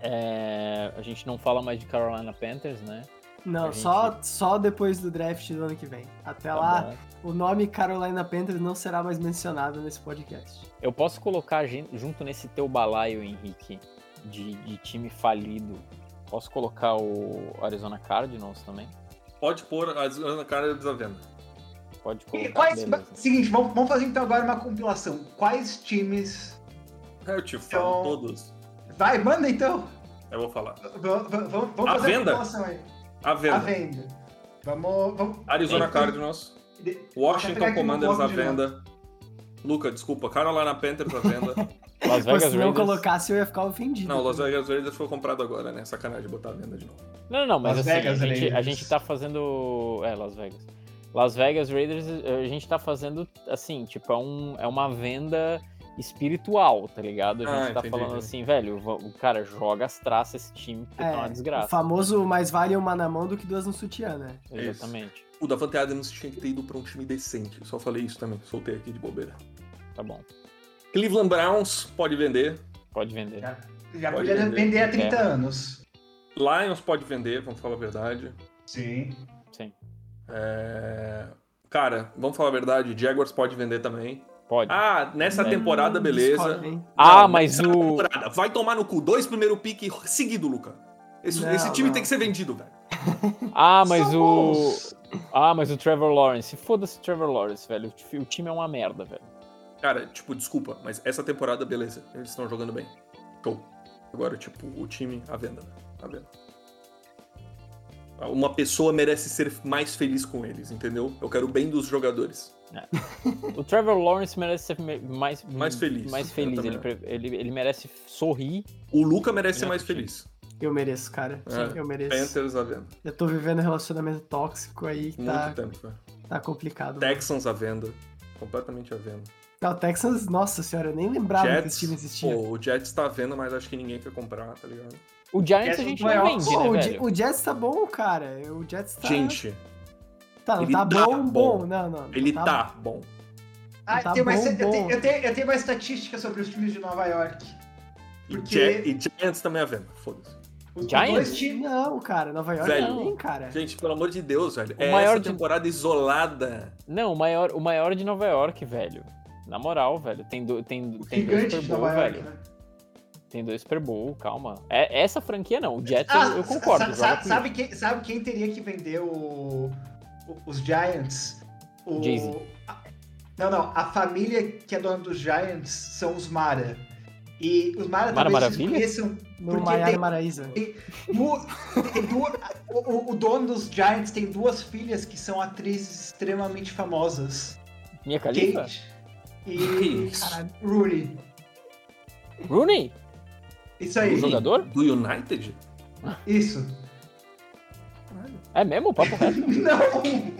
Speaker 2: é, a gente não fala mais de Carolina Panthers, né?
Speaker 4: Não,
Speaker 2: a gente-
Speaker 4: só, só depois do draft do ano que vem. Até
Speaker 2: Tá
Speaker 4: lá,
Speaker 2: bom.
Speaker 4: o nome Carolina Panthers não será mais mencionado nesse podcast.
Speaker 2: Eu posso colocar gen- junto nesse teu balaio, Henrique, de, de time falido. Posso colocar o Arizona Cardinals também?
Speaker 1: Pode pôr as- na cara da venda.
Speaker 2: Pode
Speaker 3: E
Speaker 2: colocar. né?
Speaker 3: quais.
Speaker 2: beleza.
Speaker 3: Seguinte, vamos, vamos fazer então agora uma compilação. Quais times.
Speaker 1: É, Eu te falo
Speaker 3: Então-
Speaker 1: todos.
Speaker 3: Vai, manda então!
Speaker 1: Eu vou falar.
Speaker 3: V- v- v- Vamos
Speaker 1: À
Speaker 3: fazer
Speaker 1: venda?
Speaker 3: a compilação aí.
Speaker 1: A
Speaker 3: À
Speaker 1: venda.
Speaker 3: venda. Vamos. vamos...
Speaker 1: Arizona
Speaker 3: Tem-
Speaker 1: Cardinals.
Speaker 3: de- Vou até pegar
Speaker 1: Washington
Speaker 3: aqui no
Speaker 1: Commanders
Speaker 3: bloco
Speaker 1: à
Speaker 3: de
Speaker 1: venda. Luca, desculpa. Carolina Panthers à venda.
Speaker 2: Las
Speaker 4: Pô,
Speaker 2: Vegas
Speaker 4: se não
Speaker 2: Raiders.
Speaker 4: colocasse, eu ia ficar ofendido.
Speaker 1: Não, Las Vegas Raiders foi comprado agora, né? Sacanagem botar a venda de novo.
Speaker 2: Não, não, não, mas
Speaker 3: Las
Speaker 2: assim,
Speaker 3: Vegas
Speaker 2: a, gente, a
Speaker 3: Raiders.
Speaker 2: gente tá fazendo. É, Las Vegas. Las Vegas Raiders, a gente tá fazendo, assim, tipo, é, um, é uma venda espiritual, tá ligado? A
Speaker 1: Ah,
Speaker 2: gente tá
Speaker 1: entendi,
Speaker 2: falando
Speaker 1: entendi.
Speaker 2: assim, velho, va- o cara joga as traças esse time, porque tá uma
Speaker 4: É, O
Speaker 2: desgraça.
Speaker 4: famoso mais vale uma na mão do que duas no sutiã, né?
Speaker 1: isso.
Speaker 2: Exatamente.
Speaker 1: O Davante Adams tinha que ter ido pra um time decente. Só falei isso também. Soltei aqui de bobeira.
Speaker 2: Tá bom.
Speaker 1: Cleveland Browns pode vender.
Speaker 2: Pode vender.
Speaker 3: Já, já
Speaker 1: Pode
Speaker 3: podia
Speaker 1: vender.
Speaker 3: vender há 30
Speaker 2: É.
Speaker 3: anos.
Speaker 1: Lions pode vender, vamos falar a verdade.
Speaker 3: Sim.
Speaker 2: Sim.
Speaker 1: É, Cara, vamos falar a verdade, Jaguars pode vender também.
Speaker 2: Pode.
Speaker 1: Ah, nessa
Speaker 2: É.
Speaker 1: temporada,
Speaker 4: Hum,
Speaker 1: beleza.
Speaker 4: discordo, hein?
Speaker 2: Ah,
Speaker 1: Não,
Speaker 2: mas
Speaker 1: nessa
Speaker 2: o.
Speaker 1: temporada, vai tomar no cu. Dois primeiro pique seguido, Luca. Esse,
Speaker 4: Não,
Speaker 1: esse time
Speaker 4: não.
Speaker 1: tem que ser vendido, velho.
Speaker 2: Ah, mas
Speaker 3: São
Speaker 2: o.
Speaker 3: bons.
Speaker 2: Ah, mas o Trevor Lawrence. Foda-se o Trevor Lawrence, velho. O ti- O time é uma merda, velho.
Speaker 1: Cara, tipo, desculpa, mas essa temporada, beleza. Eles estão jogando bem. Show. Agora, tipo, o time à venda, né? À venda. Uma pessoa merece ser mais feliz com eles, entendeu? Eu quero o bem dos jogadores.
Speaker 2: O Trevor Lawrence merece ser me- mais,
Speaker 1: Mais feliz.
Speaker 2: Mais
Speaker 1: Eu
Speaker 2: feliz.
Speaker 1: também
Speaker 2: Ele, pre- ele, ele merece sorrir.
Speaker 1: O Luca merece ser
Speaker 2: Melhor
Speaker 1: mais
Speaker 2: time.
Speaker 1: feliz.
Speaker 4: Eu mereço, cara.
Speaker 1: É,
Speaker 4: Eu mereço.
Speaker 1: Panthers à venda.
Speaker 4: Eu tô vivendo um relacionamento tóxico aí que
Speaker 1: Muito
Speaker 4: tá,
Speaker 1: tempo, velho.
Speaker 4: tá complicado.
Speaker 1: Texans à venda. Completamente à venda.
Speaker 4: Não, o Texans, nossa senhora, eu nem lembrava que esse time existia.
Speaker 1: pô, o Jets tá à venda, mas acho que ninguém quer comprar, tá ligado?
Speaker 2: O Giants a
Speaker 3: Essa
Speaker 2: gente
Speaker 3: foi
Speaker 2: não
Speaker 3: a-
Speaker 2: vende,
Speaker 4: Pô,
Speaker 2: né,
Speaker 4: o, Je-
Speaker 2: velho?
Speaker 4: o Jets tá bom, cara. O Jets tá.
Speaker 1: Gente,
Speaker 4: tá, não
Speaker 1: ele
Speaker 4: tá
Speaker 1: tá
Speaker 4: bom,
Speaker 1: bom.
Speaker 4: bom. Não, não. não
Speaker 1: ele tá bom.
Speaker 3: Ah,
Speaker 4: Tá
Speaker 3: tem uma
Speaker 4: bom,
Speaker 3: esta- eu,
Speaker 4: bom.
Speaker 3: tenho, eu, tenho, eu tenho uma estatística sobre os times de Nova York.
Speaker 1: E,
Speaker 3: Porque-
Speaker 1: Ja- e Giants também à venda, foda-se.
Speaker 3: Os
Speaker 2: Giants?
Speaker 3: dois times.
Speaker 4: Não, cara, Nova York
Speaker 1: Velho.
Speaker 4: não tem, cara.
Speaker 1: Gente, pelo amor de Deus, velho.
Speaker 2: O
Speaker 1: é
Speaker 2: maior
Speaker 1: essa
Speaker 2: de-
Speaker 1: temporada isolada.
Speaker 2: Não, o maior, o maior de Nova York, velho. Na moral, velho. Tem, do, tem,
Speaker 3: O
Speaker 2: tem dois
Speaker 3: gigante
Speaker 2: Super
Speaker 3: de
Speaker 2: Bowl,
Speaker 3: Nova
Speaker 2: velho.
Speaker 3: York, né?
Speaker 2: Tem dois Super Bowl, calma. É, essa franquia não. O Jets
Speaker 3: Ah,
Speaker 2: Então, eu, eu concordo.
Speaker 3: sa- sa-
Speaker 2: joga com
Speaker 3: sabe, quem, sabe quem teria que vender o- o- os Giants? O,
Speaker 2: Jay-Z.
Speaker 3: a- não, não. A família que é dona dos Giants são os Mara. E os Mara,
Speaker 2: Mara
Speaker 3: talvez
Speaker 2: Maravilha?
Speaker 3: vocês conheçam.
Speaker 4: No
Speaker 3: porque
Speaker 4: Maiara
Speaker 3: tem-
Speaker 4: Maraíza.
Speaker 1: É
Speaker 3: Du- tem du- o, o- o dono dos Giants tem duas filhas que são atrizes extremamente famosas.
Speaker 2: isso. Minha Califa?
Speaker 3: Kate e
Speaker 1: Isso.
Speaker 4: Caralho.
Speaker 3: Rooney.
Speaker 2: Rooney?
Speaker 3: Isso aí.
Speaker 2: O jogador?
Speaker 1: Do United?
Speaker 3: Isso.
Speaker 2: É mesmo? Papo reto?
Speaker 3: Não!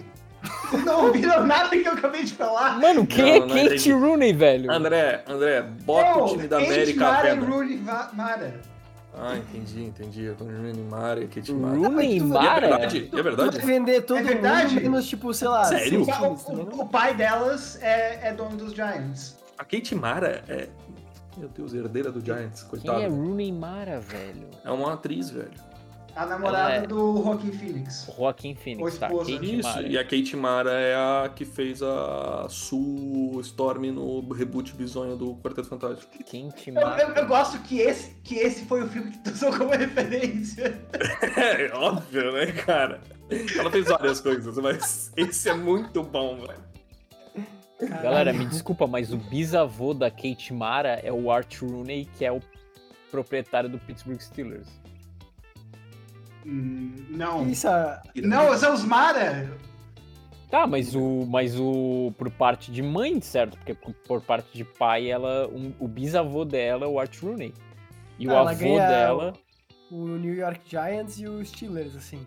Speaker 3: Não ouviram nada que eu acabei de falar?
Speaker 2: Mano, quem
Speaker 1: Não, Ah, não
Speaker 2: é Kate
Speaker 1: entendi.
Speaker 2: Rooney, velho?
Speaker 1: André, André, bota
Speaker 3: Não,
Speaker 1: o time da
Speaker 3: Kate
Speaker 1: América à
Speaker 3: Mara e
Speaker 1: venda.
Speaker 3: Rooney Va- Mara.
Speaker 1: Ah, entendi, entendi. É Rooney Mara, Kate Mara.
Speaker 2: Rooney
Speaker 1: E é
Speaker 2: Mara?
Speaker 1: verdade, é
Speaker 4: Vai
Speaker 1: verdade.
Speaker 4: vender todo
Speaker 3: É
Speaker 4: mundo,
Speaker 3: verdade?
Speaker 4: menos, tipo, sei lá,
Speaker 1: Sério?
Speaker 4: cinco
Speaker 3: O,
Speaker 4: times, tá ligado?
Speaker 3: o- o pai delas é, é dono dos Giants.
Speaker 1: A Kate Mara é. Meu Deus, herdeira do Giants,
Speaker 2: Quem é
Speaker 1: coitada.
Speaker 2: Rooney Mara, velho?
Speaker 1: É uma atriz, velho.
Speaker 3: A namorada
Speaker 2: Ela é-
Speaker 3: do Joaquim Phoenix.
Speaker 2: Joaquim Phoenix,
Speaker 3: Ou
Speaker 2: tá?
Speaker 3: esposa.
Speaker 2: Kate
Speaker 1: Isso,
Speaker 2: Mara.
Speaker 1: e a Kate Mara é a que fez a Sue Storm no reboot bizonho do Quarteto Fantástico.
Speaker 2: Kate
Speaker 3: Eu,
Speaker 2: Mara.
Speaker 3: eu- eu gosto que esse, que esse foi o filme que tu usou como referência.
Speaker 1: É, óbvio, né, cara? Ela fez várias coisas, mas esse é muito bom, velho.
Speaker 4: Caralho.
Speaker 2: Galera, me desculpa, mas o bisavô da Kate Mara é o Art Rooney, que é o proprietário do Pittsburgh Steelers.
Speaker 3: Hum, não.
Speaker 4: É Isso, a-
Speaker 3: Não, são os Mara.
Speaker 2: Tá, mas o, mas o por parte de mãe, certo? Porque por, por parte de pai, ela, um- o bisavô dela é o Art Rooney. E o
Speaker 4: Ela
Speaker 2: avô
Speaker 4: ganha-
Speaker 2: dela,
Speaker 4: o New York Giants e os Steelers, assim.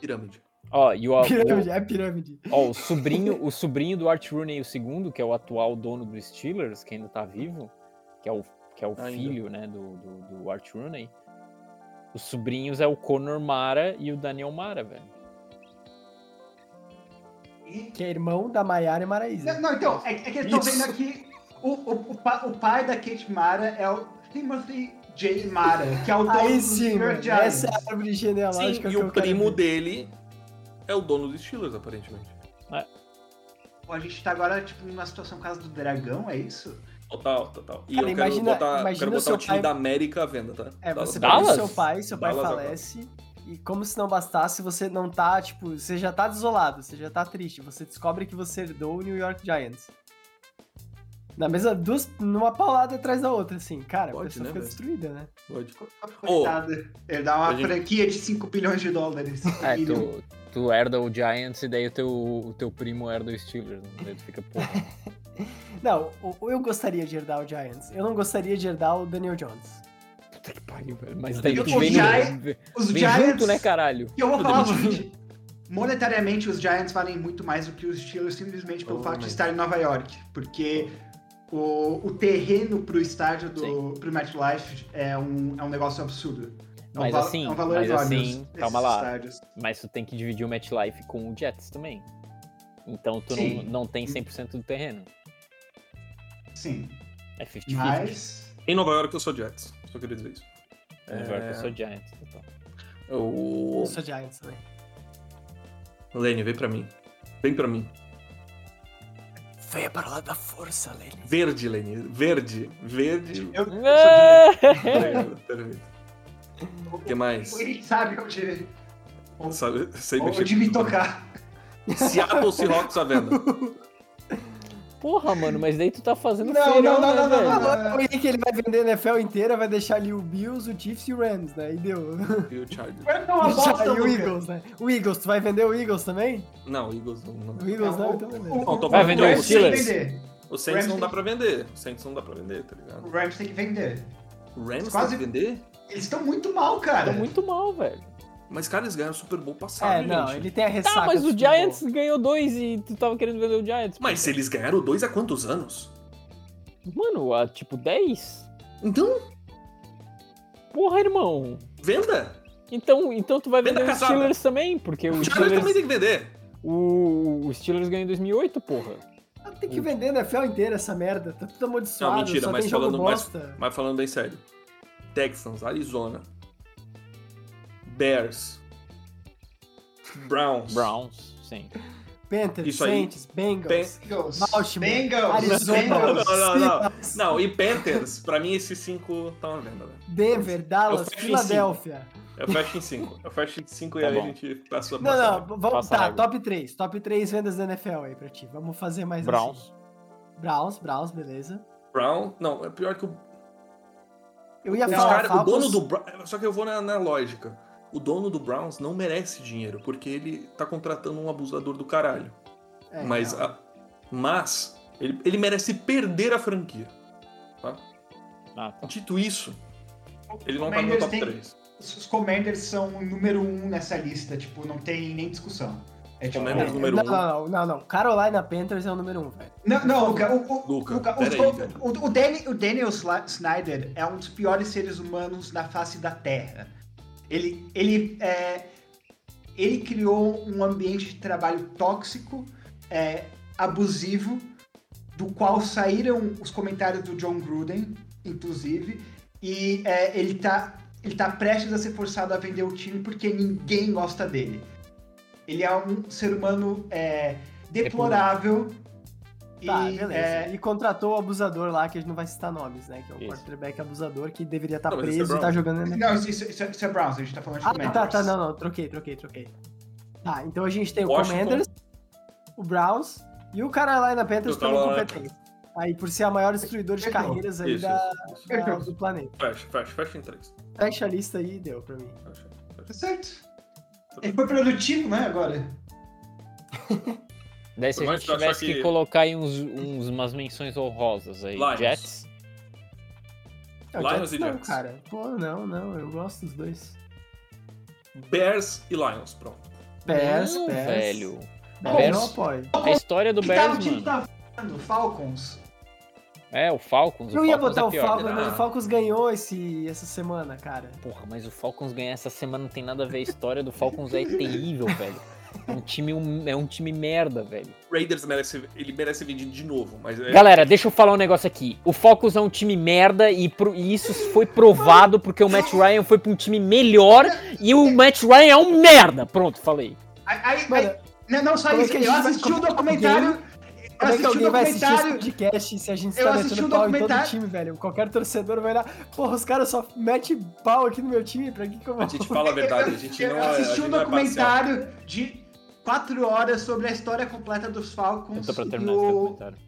Speaker 1: Pirâmide.
Speaker 2: ó, e o avô,
Speaker 4: Pirâmide, é pirâmide.
Speaker 2: ó, o sobrinho, o sobrinho do Art Rooney, o segundo, que é o atual dono do Steelers, que ainda tá vivo, que é o, que é o
Speaker 1: Ainda.
Speaker 2: filho, né, do, do, do Art Rooney. Os sobrinhos é o Conor Mara e o Daniel Mara, velho.
Speaker 3: E-
Speaker 4: Que é irmão da Maiara e
Speaker 3: Não,
Speaker 4: Maraísa.
Speaker 3: não, então, é, é que eles estão
Speaker 1: Isso.
Speaker 3: vendo aqui. O, o, o, pa- o pai da Kate Mara é o Timothy J. Mara, que é o dono
Speaker 4: Aí
Speaker 3: dos
Speaker 4: sim,
Speaker 3: New
Speaker 4: mano,
Speaker 3: York Giants.
Speaker 4: essa é a árvore
Speaker 1: Sim,
Speaker 4: genealógica
Speaker 1: e
Speaker 4: que eu
Speaker 1: o
Speaker 4: quero
Speaker 1: primo
Speaker 4: ver.
Speaker 1: dele é o dono dos Steelers, aparentemente.
Speaker 3: Pô, A gente tá agora, tipo, numa situação por causa do dragão, é isso?
Speaker 1: Total, total. E
Speaker 4: Cara,
Speaker 1: eu quero
Speaker 4: imagina-
Speaker 1: botar,
Speaker 4: imagina
Speaker 1: quero
Speaker 4: o
Speaker 1: botar
Speaker 4: seu
Speaker 1: o time
Speaker 4: pai-
Speaker 1: da América à venda, tá?
Speaker 4: É,
Speaker 1: Dallas?
Speaker 4: você perde
Speaker 2: Dallas?
Speaker 4: seu pai, seu pai
Speaker 1: Dallas agora.
Speaker 4: falece. E como se não bastasse, você não tá, tipo, você já tá desolado, você já tá triste. Você descobre que você herdou o New York Giants. Na mesma, duas, numa paulada atrás da outra, assim. Cara,
Speaker 1: Pode,
Speaker 4: a pessoa
Speaker 1: né,
Speaker 4: fica
Speaker 1: velho?
Speaker 4: destruída, né?
Speaker 1: Pode.
Speaker 3: Coitado. Ele dá uma
Speaker 1: a gente-
Speaker 3: franquia de 5 bilhões de dólares.
Speaker 2: É,
Speaker 3: Ele-
Speaker 2: tu, tu herda o Giants e daí o teu, o teu primo herda o Steelers. né? Daí tu fica, porra.
Speaker 4: Não, o- o- eu gostaria de herdar o Giants. Eu não gostaria de herdar o Daniel Jones.
Speaker 2: Puta que pariu, velho. Mas daí tu
Speaker 3: O
Speaker 2: vem,
Speaker 3: Giants-
Speaker 2: no, vem
Speaker 3: Os
Speaker 2: junto, né, caralho?
Speaker 3: E eu vou
Speaker 1: Tudo
Speaker 3: falar o
Speaker 1: bem.
Speaker 3: seguinte. Monetariamente, os Giants valem muito mais do que os Steelers simplesmente pelo
Speaker 1: Oh,
Speaker 3: fato de
Speaker 1: my
Speaker 3: estar em Nova York. Porque o, o terreno pro estádio do pro MetLife é um, é um negócio absurdo. É um
Speaker 2: Mas
Speaker 3: va-
Speaker 2: assim,
Speaker 3: é um valor
Speaker 2: mas
Speaker 3: enorme
Speaker 2: assim,
Speaker 3: esses
Speaker 2: calma lá.
Speaker 3: estádios.
Speaker 2: Mas tu tem que dividir o MetLife com o Jets também. Então tu não,
Speaker 3: Sim.
Speaker 2: não tem 100% do terreno.
Speaker 3: Sim,
Speaker 2: É 50-50.
Speaker 3: mas...
Speaker 1: Em Nova York eu sou Jets, só queria dizer isso. É
Speaker 2: No Nova York eu
Speaker 3: é.
Speaker 2: sou Giants. Então.
Speaker 1: O...
Speaker 4: Eu sou Giants também.
Speaker 1: Lene, vem pra mim. Vem pra mim.
Speaker 4: Venha para lá da força, Lenny.
Speaker 1: Verde, Lene. Verde. Verde.
Speaker 3: Eu,
Speaker 1: Perfeito, Perfeito. O que mais?
Speaker 3: ele sabe onde,
Speaker 1: Sabe, sei mexer.
Speaker 3: onde me tocar.
Speaker 1: Seattle Seahawks à venda.
Speaker 2: Porra, mano, mas daí tu tá fazendo
Speaker 3: Não,
Speaker 2: feirão,
Speaker 3: não, não,
Speaker 2: né,
Speaker 3: não, não,
Speaker 2: velho?
Speaker 3: não, não.
Speaker 4: Agora Ah, o Henrique ele vai vender a NFL inteira, vai deixar ali o Bills, o Chiefs e o Rams, né? E deu.
Speaker 1: E o Chargers.
Speaker 3: É uma bosta,
Speaker 4: e o
Speaker 3: Lucas.
Speaker 4: Eagles, né? O Eagles, tu vai vender o Eagles também?
Speaker 1: Não, Eagles não. não.
Speaker 4: O Eagles não,
Speaker 3: o-
Speaker 4: então
Speaker 3: o-
Speaker 4: beleza.
Speaker 1: Não, tô
Speaker 2: Vai
Speaker 1: falando
Speaker 2: vender o
Speaker 1: do
Speaker 3: Rams tem que
Speaker 2: Steelers?
Speaker 3: vender.
Speaker 1: O Saints não
Speaker 3: Rams
Speaker 1: dá
Speaker 3: tem-
Speaker 1: pra vender. O Saints não dá pra vender, tá
Speaker 3: O
Speaker 1: ligado?
Speaker 3: Rams tem que vender.
Speaker 1: O Rams
Speaker 3: Quase-
Speaker 1: dá pra vender?
Speaker 3: Eles estão muito mal,
Speaker 2: Tá
Speaker 3: cara.
Speaker 2: muito mal, velho.
Speaker 1: Mas, cara, eles ganharam o Super Bowl passado,
Speaker 4: É, não,
Speaker 1: gente.
Speaker 4: ele tem a ressaca.
Speaker 2: Tá, mas
Speaker 4: do
Speaker 2: o
Speaker 4: Super Bowl.
Speaker 2: Giants ganhou dois e tu tava querendo vender o Giants.
Speaker 1: Mas se eles ganharam dois há quantos anos?
Speaker 2: Mano, há tipo 10?
Speaker 1: Então,
Speaker 2: Porra, irmão.
Speaker 1: venda!
Speaker 2: Então, então tu vai
Speaker 1: Venda
Speaker 2: vender o
Speaker 1: casada.
Speaker 2: Steelers também, porque o
Speaker 1: O Chargers também
Speaker 2: Steelers,
Speaker 1: tem que vender.
Speaker 2: o, o Steelers ganhou em 2008, porra.
Speaker 4: Ah, Tem que vender a NFL inteira essa merda. Tá tudo amaldiçoado,
Speaker 1: Não, mentira,
Speaker 4: só
Speaker 1: mas
Speaker 4: tem jogo
Speaker 1: falando mais-
Speaker 4: bosta.
Speaker 1: Mas falando bem sério. Texans, Arizona. Bears. Browns.
Speaker 2: Browns, sim.
Speaker 4: Panthers,
Speaker 1: Isso aí.
Speaker 4: Saints, Bengals,
Speaker 3: Bengals.
Speaker 4: Baltimore,
Speaker 3: Bengals.
Speaker 4: Arizona,
Speaker 1: Não,
Speaker 3: Bengals.
Speaker 1: não, não,
Speaker 4: Seahawks,
Speaker 1: Não, e Panthers, pra mim esses cinco estão à venda, velho.
Speaker 4: Denver, Dallas,
Speaker 1: Eu fecho em
Speaker 4: Filadélfia.
Speaker 1: Eu fecho em cinco. Eu fecho em cinco e
Speaker 2: Tá
Speaker 1: aí
Speaker 2: bom.
Speaker 1: a gente passa a
Speaker 4: Não,
Speaker 1: passagem.
Speaker 4: não, vamos,
Speaker 2: Passa
Speaker 4: tá,
Speaker 2: régua.
Speaker 4: top 3. Top 3 vendas da NFL aí pra ti. Vamos fazer mais
Speaker 2: Browns.
Speaker 4: assim. Browns, Browns, beleza.
Speaker 1: Brown, não, é pior que o,
Speaker 4: Eu ia
Speaker 1: os
Speaker 4: falar
Speaker 1: cara- o
Speaker 4: Falcons-
Speaker 1: dono do Browns. Só que eu vou na, na lógica. O dono do Browns não merece dinheiro, porque ele tá contratando um abusador do caralho.
Speaker 4: É,
Speaker 1: mas
Speaker 4: não.
Speaker 1: a- mas ele, ele merece perder a franquia.
Speaker 2: Ah, tá.
Speaker 1: Dito isso, ele não tá no meu
Speaker 3: Commanders
Speaker 1: top
Speaker 3: tem-
Speaker 1: 3.
Speaker 3: Os Commanders são o número um nessa lista, tipo, não tem nem discussão. É tipo,
Speaker 1: Comemos
Speaker 3: é-
Speaker 1: número
Speaker 4: não,
Speaker 1: 1. Um.
Speaker 4: não, não, não, não. Carolina Panthers é o número 1, um, velho.
Speaker 3: Não, não, o, ca- o, o,
Speaker 1: Luca,
Speaker 3: o, ca- o,
Speaker 1: peraí,
Speaker 3: o-
Speaker 1: velho.
Speaker 3: o, o, Danny- o Daniel Sla- Snyder é um dos piores seres humanos na face da Terra. Ele, ele, é, ele criou um ambiente de trabalho tóxico, é, abusivo, do qual saíram os comentários do John Gruden, inclusive, e é, ele, tá, ele tá prestes a ser forçado a vender o time porque ninguém gosta dele. Ele é um ser humano é, deplorável.
Speaker 4: Tá,
Speaker 3: e,
Speaker 4: beleza.
Speaker 3: é,
Speaker 4: E contratou o abusador lá, que a gente não vai citar nomes, né? Que é o
Speaker 2: Isso.
Speaker 4: quarterback abusador que deveria estar
Speaker 1: Não, mas esse é
Speaker 4: preso e
Speaker 1: Brown.
Speaker 4: tá jogando na
Speaker 3: Não, isso, isso, isso é- isso é Browns, a gente tá falando de
Speaker 4: Ah,
Speaker 3: Commanders.
Speaker 4: tá, tá, não, não, troquei, troquei, troquei. Tá, então a gente tem o
Speaker 1: Washington.
Speaker 4: Commanders, o Browns e o Carolina Panthers
Speaker 1: O
Speaker 4: pela
Speaker 1: Carolina-
Speaker 4: incompetência. Aí por ser a maior destruidora de
Speaker 3: Perfeito.
Speaker 4: carreiras aí
Speaker 1: Isso,
Speaker 4: da,
Speaker 1: isso, isso.
Speaker 4: da-
Speaker 3: Perfeito.
Speaker 4: do planeta.
Speaker 1: Fecha, fecha, fecha em três.
Speaker 4: Fecha a lista aí e deu pra mim.
Speaker 1: Fecha.
Speaker 3: Tá certo. Ele foi produtivo, né, agora?
Speaker 2: Daí se
Speaker 1: Por
Speaker 2: a
Speaker 1: mais
Speaker 2: gente
Speaker 1: que eu achar
Speaker 2: tivesse que...
Speaker 1: que-
Speaker 2: colocar aí uns, uns- umas menções honrosas aí.
Speaker 1: Lions.
Speaker 2: Jets.
Speaker 4: Não,
Speaker 1: Lions e
Speaker 4: É, não,
Speaker 1: Jets.
Speaker 4: cara. Pô, não, não, eu gosto dos dois.
Speaker 1: Bears e Lions, pronto.
Speaker 4: Bears,
Speaker 2: Não,
Speaker 4: Bears.
Speaker 2: velho.
Speaker 4: Bears.
Speaker 2: Bears.
Speaker 4: Não apoio.
Speaker 2: A história do
Speaker 3: que tá no
Speaker 2: Bears,
Speaker 3: time
Speaker 2: mano.
Speaker 3: tá vendo? Falcons.
Speaker 2: É, o Falcons.
Speaker 4: Eu
Speaker 2: o
Speaker 4: ia
Speaker 2: Falcons
Speaker 4: botar
Speaker 2: é
Speaker 4: o
Speaker 2: pior.
Speaker 4: Falcons, mas
Speaker 1: Ah.
Speaker 4: o Falcons ganhou esse, essa semana, cara.
Speaker 2: Porra, mas o Falcons ganhar essa semana não tem nada a ver. A história do Falcons é terrível, velho. É um time, um- é um time merda, velho.
Speaker 1: Raiders merece, ele merece ser vendido de novo, mas é,
Speaker 2: Galera, deixa eu falar um negócio aqui. O Falcons é um time merda e, pro- e isso foi provado porque o Matt Ryan foi pra um time melhor e o Matt Ryan é um merda. Pronto, falei.
Speaker 3: Aí, aí,
Speaker 4: Mano,
Speaker 3: aí- não, não só
Speaker 4: como é
Speaker 3: isso,
Speaker 4: que a gente
Speaker 3: eu
Speaker 4: vai-
Speaker 3: assisti o
Speaker 4: como é que
Speaker 3: documentário. Eu
Speaker 4: Como é
Speaker 3: assisti
Speaker 4: que
Speaker 3: o
Speaker 4: alguém vai assistir esse
Speaker 3: documentário.
Speaker 4: podcast se a gente
Speaker 3: Eu
Speaker 4: está
Speaker 3: assisti
Speaker 4: metendo
Speaker 3: um
Speaker 4: pau em todo o
Speaker 3: documentário-
Speaker 4: time, velho? Qualquer torcedor vai lá, porra, os caras só metem pau aqui no meu time, pra que que eu vou...
Speaker 1: a gente fala a verdade, a gente não
Speaker 3: Eu
Speaker 1: é. a
Speaker 3: assisti
Speaker 1: gente
Speaker 3: um
Speaker 1: não é parcial.
Speaker 3: documentário de quatro horas sobre a história completa dos
Speaker 2: Eu
Speaker 3: Falcons.
Speaker 2: tô pra
Speaker 3: E
Speaker 2: terminar esse
Speaker 3: o,
Speaker 2: documentário.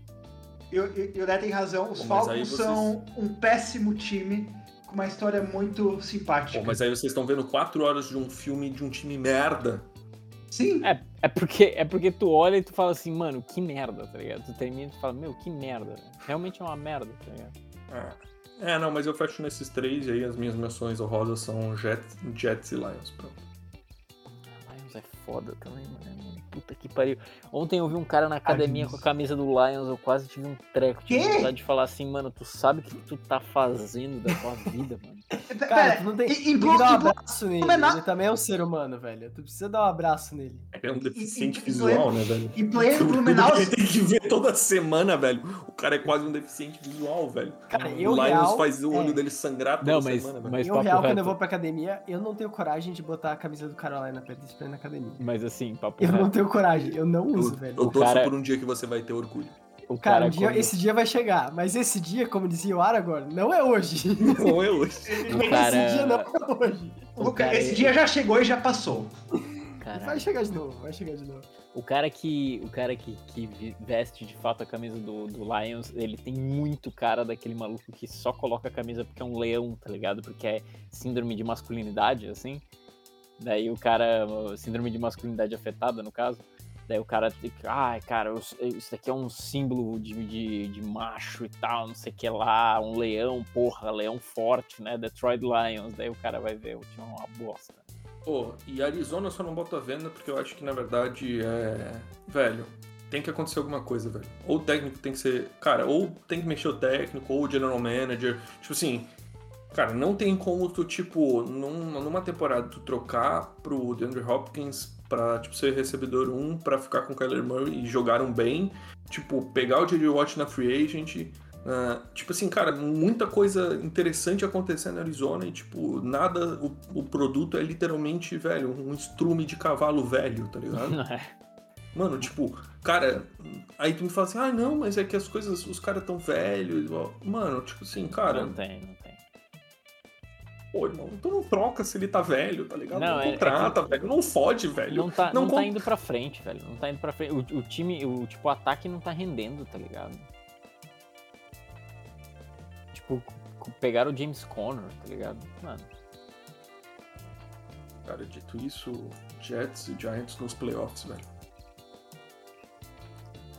Speaker 3: e o- e o Neto tem razão, os
Speaker 1: Pô, mas aí
Speaker 3: Falcons
Speaker 1: vocês-
Speaker 3: são um péssimo time com uma história muito simpática.
Speaker 1: Pô, mas aí vocês estão vendo quatro horas de um filme de um time merda.
Speaker 3: Sim.
Speaker 2: É, é, porque, é porque tu olha e tu fala assim, mano, que merda, tá ligado? Tu termina e tu fala, meu, que merda. velho. Realmente é uma merda, tá ligado?
Speaker 1: Ah. É, não, mas eu fecho nesses três e aí as minhas menções honrosas são Jets, Jets e Lions. Pronto.
Speaker 2: Lions é foda também, mano. Puta que pariu. Ontem eu vi um cara na academia com a camisa do Lions, eu quase tive um treco. Tive
Speaker 3: Quê?
Speaker 2: vontade de falar assim, mano, tu sabe o que tu tá fazendo da tua vida, mano.
Speaker 3: é,
Speaker 4: Cara,
Speaker 3: Pera,
Speaker 4: tu não tem,
Speaker 3: e-
Speaker 4: tem
Speaker 3: e
Speaker 4: que
Speaker 3: Blu-
Speaker 4: dar um
Speaker 3: e Blu-
Speaker 4: abraço nele,
Speaker 3: não é nada-
Speaker 4: ele também é um ser humano, velho. Tu precisa dar um abraço nele.
Speaker 1: Ele É um deficiente
Speaker 3: e- e-
Speaker 1: visual, né, velho?
Speaker 3: E player do é Blumenau.
Speaker 1: Ele tem que ver toda semana, velho. O cara é quase um deficiente visual, velho.
Speaker 4: Cara,
Speaker 1: o
Speaker 4: eu
Speaker 1: Lions
Speaker 4: real,
Speaker 1: faz o olho
Speaker 4: é.
Speaker 1: dele sangrar toda
Speaker 2: Não, mas,
Speaker 1: semana, velho.
Speaker 2: mas
Speaker 4: eu
Speaker 2: papo
Speaker 4: um real,
Speaker 2: reto.
Speaker 4: quando eu vou pra academia, eu não tenho coragem de botar a camisa do Carolina Panthers pra ir na academia.
Speaker 2: Mas assim, papo
Speaker 4: Eu não
Speaker 2: reto.
Speaker 4: tenho coragem, eu não
Speaker 1: Eu,
Speaker 4: uso,
Speaker 1: eu
Speaker 4: velho.
Speaker 1: torço
Speaker 2: cara-
Speaker 1: por um dia que você vai ter orgulho.
Speaker 2: O
Speaker 4: Cara,
Speaker 2: cara,
Speaker 4: um dia-
Speaker 2: quando-
Speaker 4: esse dia vai chegar, mas esse dia, como dizia o Aragorn, não é hoje.
Speaker 1: Não eu.
Speaker 2: O cara-
Speaker 4: Esse dia não é hoje.
Speaker 2: o
Speaker 3: Luca,
Speaker 2: cara- é
Speaker 3: esse dia já chegou e já passou.
Speaker 2: Caralho.
Speaker 4: Vai chegar de novo, vai chegar de novo.
Speaker 2: O cara que, o cara que, que vi- veste de fato a camisa do, do Lions, ele tem muito cara daquele maluco que só coloca a camisa porque é um leão, tá ligado? Porque é síndrome de masculinidade, assim. Daí o cara, síndrome de masculinidade afetada, no caso. Daí o cara, tipo, ai, cara, eu- eu- isso daqui é um símbolo de, de, de macho e tal, não sei o que lá, um leão, porra, leão forte, né? Detroit Lions. Daí o cara vai ver, o time é uma bosta.
Speaker 1: Pô, e Arizona eu só não boto a venda porque eu acho que na verdade é. Velho, tem que acontecer alguma coisa, velho. Ou o técnico tem que ser. Cara, ou tem que mexer o técnico, ou o general manager. Tipo assim. Cara, não tem como tu, tipo, num- numa temporada tu trocar pro DeAndre Hopkins pra, tipo, ser recebedor 1, pra ficar com o Kyler Murray e jogaram bem. Tipo, pegar o J.J. Watt na free agent. Ah, tipo assim, cara, muita coisa interessante acontecendo na Arizona e, tipo, nada. O, o produto é literalmente, velho, um estrume de cavalo velho, tá ligado?
Speaker 2: é,
Speaker 1: Mano, tipo, cara, aí tu me fala assim, ah, não, mas é que as coisas, os caras tão velhos. ó. Mano, tipo assim, cara,
Speaker 2: Não tá. tem, não tem.
Speaker 1: pô, irmão, tu não troca se ele tá velho, tá ligado?
Speaker 2: Não,
Speaker 1: Não,
Speaker 2: é- é
Speaker 1: contrata,
Speaker 2: que-
Speaker 1: velho, não fode, velho.
Speaker 2: Não tá,
Speaker 1: Não
Speaker 2: não,
Speaker 1: con-
Speaker 2: tá indo pra frente, velho. Não tá indo pra frente. O, o time, o tipo, o ataque não tá rendendo, tá ligado? Tipo, c- pegaram o James Conner, tá ligado? Mano,
Speaker 1: Cara, dito isso, Jets e Giants nos playoffs, velho.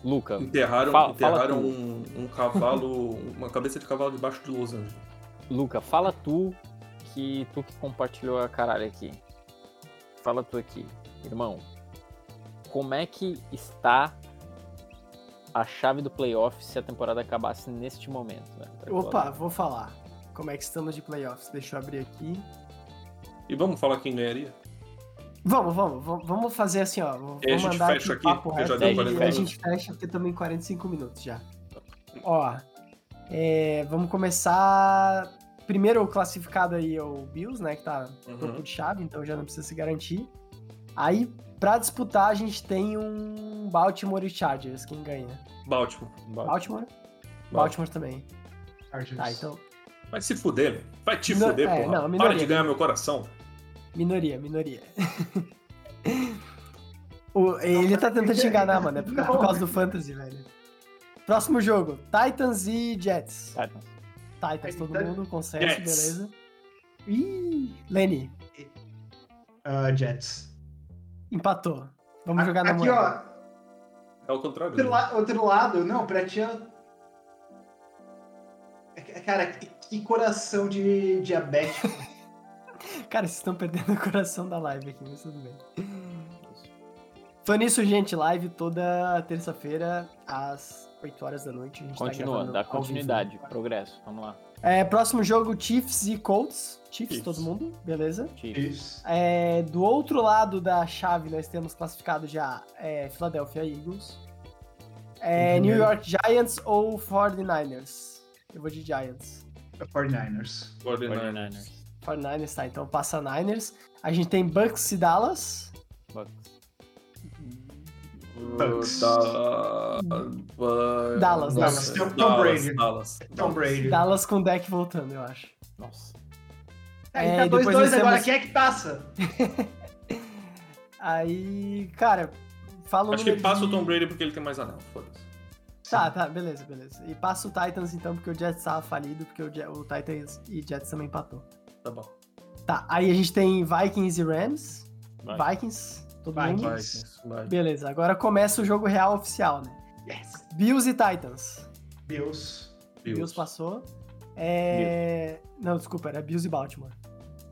Speaker 2: Luca,
Speaker 1: Enterraram,
Speaker 2: Fala- fala
Speaker 1: enterraram
Speaker 2: tu.
Speaker 1: um, um cavalo, uma cabeça de cavalo debaixo de Los Angeles.
Speaker 2: Luca, fala tu que tu que compartilhou a caralho aqui. Fala tu aqui, irmão. como é que está a chave do playoff se a temporada acabasse neste momento? Né?
Speaker 1: É
Speaker 4: Opa, vou falar. Como é que estamos de playoffs? Deixa eu abrir aqui.
Speaker 1: E vamos falar quem ganharia?
Speaker 4: Vamos, vamos, vamos- vamos fazer assim, ó. Vamos
Speaker 1: E a gente
Speaker 4: mandar
Speaker 1: fecha aqui,
Speaker 4: aqui, o papo
Speaker 1: porque já
Speaker 4: reto
Speaker 2: deu
Speaker 4: e
Speaker 2: 40
Speaker 4: a gente fecha porque também 45 minutos já. Ó, é, vamos começar. Primeiro o classificado aí é o Bills, né, que tá no topo
Speaker 1: Uhum.
Speaker 4: de chave, então já não precisa se garantir. Aí, pra disputar, a gente tem um Baltimore e Chargers, quem ganha?
Speaker 1: Baltimore.
Speaker 4: Baltimore? Baltimore, também.
Speaker 3: Chargers.
Speaker 4: Tá, então,
Speaker 1: Vai se fuder, meu. Vai te
Speaker 4: Não,
Speaker 1: fuder,
Speaker 4: é,
Speaker 1: porra.
Speaker 4: não,
Speaker 1: Para
Speaker 4: minoria.
Speaker 1: de ganhar meu coração.
Speaker 4: minoria, minoria. O- ele tá tentando te enganar, mano, é por, por causa do fantasy, velho. Próximo jogo, Titans e Jets.
Speaker 2: Tá, então.
Speaker 4: Titans, todo
Speaker 3: Titans.
Speaker 4: mundo, consenso,
Speaker 1: Jets.
Speaker 4: beleza. Ih, Lenny,
Speaker 3: Ah, Jets.
Speaker 4: empatou. Vamos jogar na
Speaker 3: Aqui,
Speaker 4: moeda.
Speaker 3: ó.
Speaker 1: É o contrário.
Speaker 3: Outro,
Speaker 1: né?
Speaker 3: la- outro lado, não, pra ti é- É que- Cara, que, que coração de diabético.
Speaker 4: Cara, vocês estão perdendo o coração da live aqui, mas tudo bem. Foi nisso, gente. Live toda terça-feira, às 8 horas da noite. A gente
Speaker 2: Continua,
Speaker 4: tá gravando
Speaker 2: dá
Speaker 4: ao vivo.
Speaker 2: continuidade, progresso. Vamos lá.
Speaker 4: É, próximo jogo, Chiefs e Colts. Chiefs,
Speaker 1: Chiefs.
Speaker 4: todo mundo, beleza.
Speaker 2: Chiefs.
Speaker 3: Chiefs.
Speaker 4: É, do outro lado da chave, nós temos classificado já é, Philadelphia Eagles. É,
Speaker 3: Uhum.
Speaker 4: New York Giants ou 49ers? Eu vou de Giants.
Speaker 3: É 49ers.
Speaker 1: 49ers.
Speaker 2: 49ers.
Speaker 4: 49ers, tá. Então passa Niners. A gente tem Bucks e Dallas.
Speaker 2: Bucks.
Speaker 3: Bucks.
Speaker 1: Da- Ah,
Speaker 4: Dallas,
Speaker 1: nossa,
Speaker 3: Dallas. Tom
Speaker 1: Dallas,
Speaker 3: Brady.
Speaker 1: Dallas.
Speaker 3: Tom Brady.
Speaker 4: Dallas com o deck voltando, eu acho.
Speaker 2: Nossa.
Speaker 3: Aí
Speaker 4: É,
Speaker 3: tá
Speaker 4: e
Speaker 3: 2-2
Speaker 4: depois nós
Speaker 3: agora,
Speaker 4: temos-
Speaker 3: quem é que passa?
Speaker 4: Aí, cara, fala o
Speaker 1: Acho que
Speaker 4: número
Speaker 1: passa
Speaker 4: de-
Speaker 1: o Tom Brady porque ele tem mais anel, foda-se.
Speaker 4: Tá, tá, beleza, beleza. E passa o Titans então, porque o Jets tava falido, porque o, Je- o Titans e Jets também empatou.
Speaker 1: Tá bom.
Speaker 4: Tá, aí a gente tem Vikings e Rams.
Speaker 2: Vai.
Speaker 4: Vikings, todo
Speaker 3: Vikings.
Speaker 4: mundo.
Speaker 1: Vai, isso, vai.
Speaker 4: Beleza, agora começa o jogo real oficial, né?
Speaker 3: Yes.
Speaker 4: Bills e Titans.
Speaker 3: Bills.
Speaker 4: Bills,
Speaker 1: Bills.
Speaker 4: passou. É... Não, desculpa, era Bills e Baltimore.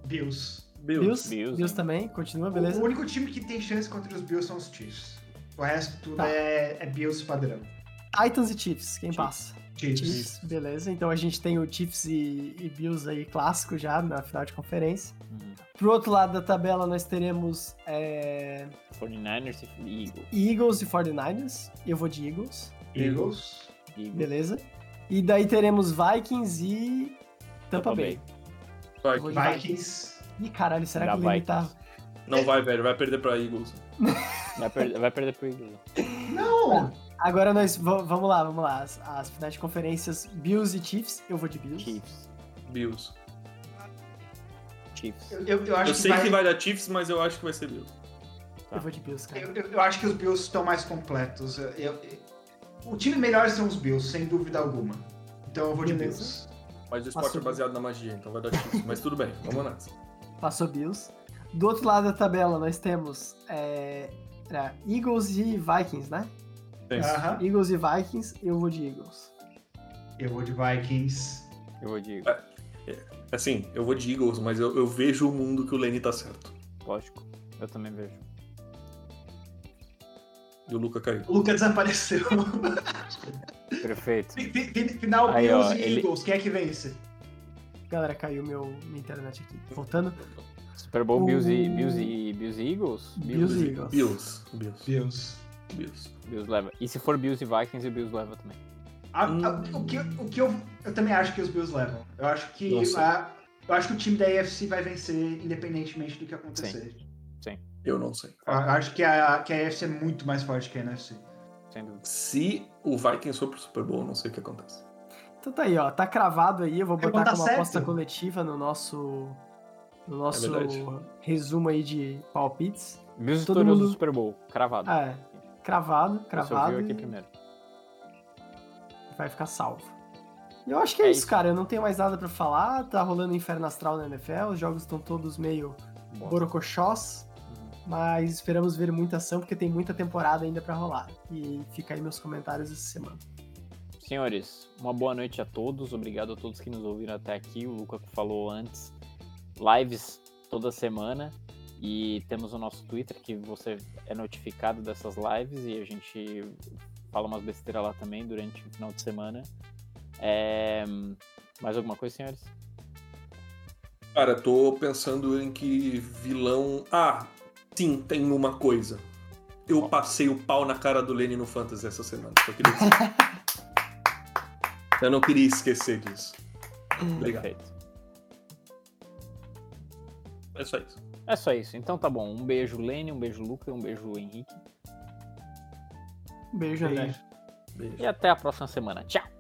Speaker 3: Bills.
Speaker 4: Bills, Bills,
Speaker 2: Bills, hein?
Speaker 4: também, continua,
Speaker 3: O
Speaker 4: Ah, beleza?
Speaker 3: único time que tem chance contra os Bills são os Chiefs. O resto tudo
Speaker 4: Tá.
Speaker 3: é, é Bills padrão.
Speaker 4: Titans e Chiefs, quem
Speaker 2: Chiefs.
Speaker 4: passa?
Speaker 3: Chiefs.
Speaker 4: Chiefs, beleza. Então a gente tem o Chiefs e, e Bills aí clássico já na final de conferência.
Speaker 2: Uhum.
Speaker 4: Pro outro lado da tabela nós teremos é,
Speaker 2: 49ers e Eagles.
Speaker 4: Eagles e 49ers. Eu vou de Eagles,
Speaker 3: Eagles.
Speaker 2: Eagles.
Speaker 4: beleza. E daí teremos Vikings e Tampa,
Speaker 2: Tampa
Speaker 4: Bay.
Speaker 2: Bay.
Speaker 1: Vai.
Speaker 4: Vou de
Speaker 3: Vikings.
Speaker 4: Ih, caralho, será
Speaker 2: Dá
Speaker 4: que ele tá...
Speaker 2: Vikings.
Speaker 1: Não vai, velho. Vai perder pra Eagles.
Speaker 2: Vai perder, vai perder pro Eagles.
Speaker 4: Tá.
Speaker 3: Não!
Speaker 4: Agora nós... va- Vamos lá, vamos lá. As, as finais de conferências, Bills e Chiefs. Eu vou de Bills.
Speaker 2: Chiefs.
Speaker 1: Bills.
Speaker 2: Chiefs.
Speaker 3: Eu, eu- eu acho
Speaker 1: Eu sei que vai dar Chiefs, mas eu acho que vai ser Bills.
Speaker 2: tá.
Speaker 4: Eu vou de Bills, cara.
Speaker 3: Eu, eu- eu acho que os Bills estão mais completos. Eu- eu- eu- o time melhor são os Bills, sem dúvida alguma. Então eu vou de
Speaker 4: Beleza.
Speaker 3: Bills.
Speaker 1: Mas o esporte
Speaker 4: Passou.
Speaker 1: é baseado na magia, então vai dar Chiefs. mas tudo bem, vamos nessa.
Speaker 4: Passou Bills. Do outro lado da tabela nós temos é, era Eagles e Vikings, né?
Speaker 1: Tem.
Speaker 3: Aham.
Speaker 4: Eagles e Vikings, eu vou de Eagles.
Speaker 3: Eu vou de Vikings.
Speaker 2: Eu vou de Eagles.
Speaker 1: Assim, eu vou de Eagles, mas eu, eu vejo o mundo que o Lenny tá certo.
Speaker 2: Lógico. Eu também vejo.
Speaker 1: E o Luca caiu.
Speaker 3: O Luca desapareceu.
Speaker 2: Perfeito.
Speaker 3: Fi- fi- Final
Speaker 2: Aí,
Speaker 3: Bills
Speaker 2: ó,
Speaker 3: e
Speaker 2: ele-
Speaker 3: Eagles, quem é que vence?
Speaker 4: Galera, caiu meu, minha internet aqui. Voltando,
Speaker 2: Super Bowl, Bills, e,
Speaker 4: O-
Speaker 2: Bills, e, Bills e Eagles?
Speaker 4: Uh. Bills e Eagles.
Speaker 1: Bills. Bills.
Speaker 3: Bills.
Speaker 1: Bills.
Speaker 2: Bills leva. E se for Bills e Vikings, o Bills leva também.
Speaker 3: o que, o que eu, eu também acho que os Bills levam. Eu acho que
Speaker 1: Hum. Não sei.
Speaker 3: a- eu acho que o time da AFC vai vencer independentemente do que acontecer.
Speaker 1: Eu não sei.
Speaker 3: Eu acho que a, que a AFC é muito mais forte que a NFC.
Speaker 2: Sem dúvida.
Speaker 1: Se o Vikings for pro Super Bowl, eu não sei o que acontece.
Speaker 4: então tá aí, ó. Tá cravado aí. Eu vou
Speaker 3: É bom
Speaker 4: botar
Speaker 3: tá
Speaker 4: como
Speaker 3: certo.
Speaker 4: aposta coletiva no nosso, no nosso
Speaker 1: verdade.
Speaker 4: resumo aí de palpites.
Speaker 2: Bills
Speaker 4: Todo
Speaker 2: vitorioso do
Speaker 4: mundo-
Speaker 2: Super Bowl. Cravado.
Speaker 4: Ah, é. Cravado,
Speaker 2: Você ouviu
Speaker 4: cravado.
Speaker 2: aqui
Speaker 4: e
Speaker 2: primeiro.
Speaker 4: Vai ficar salvo. E Eu acho que é,
Speaker 2: É
Speaker 4: isso,
Speaker 2: isso.
Speaker 4: cara. Eu não tenho mais nada pra falar. Tá rolando Inferno Astral na NFL. Os jogos estão todos meio
Speaker 2: Bom.
Speaker 4: borocochós.
Speaker 2: Uhum.
Speaker 4: Mas esperamos ver muita ação, porque tem muita temporada ainda pra rolar. E fica aí meus comentários essa semana.
Speaker 2: Senhores, uma boa noite a todos. Obrigado a todos que nos ouviram até aqui. O Luca falou antes. Lives toda semana. E temos o nosso Twitter, que você é notificado dessas lives e a gente fala umas besteiras lá também durante o final de semana. É, Mais alguma coisa, senhores?
Speaker 1: Cara, tô pensando em que vilão. Ah, sim, tem uma coisa. Eu passei o pau na cara do Lenny no Fantasy essa semana. Só queria dizer. Eu não queria esquecer disso. Obrigado.
Speaker 2: Perfeito.
Speaker 1: É só isso.
Speaker 2: É só isso. Então tá bom. Um beijo, Lene, um beijo, Luca, um beijo, Henrique.
Speaker 4: Um Beijo, André.
Speaker 1: Beijo.
Speaker 3: É
Speaker 2: E até a próxima semana. Tchau!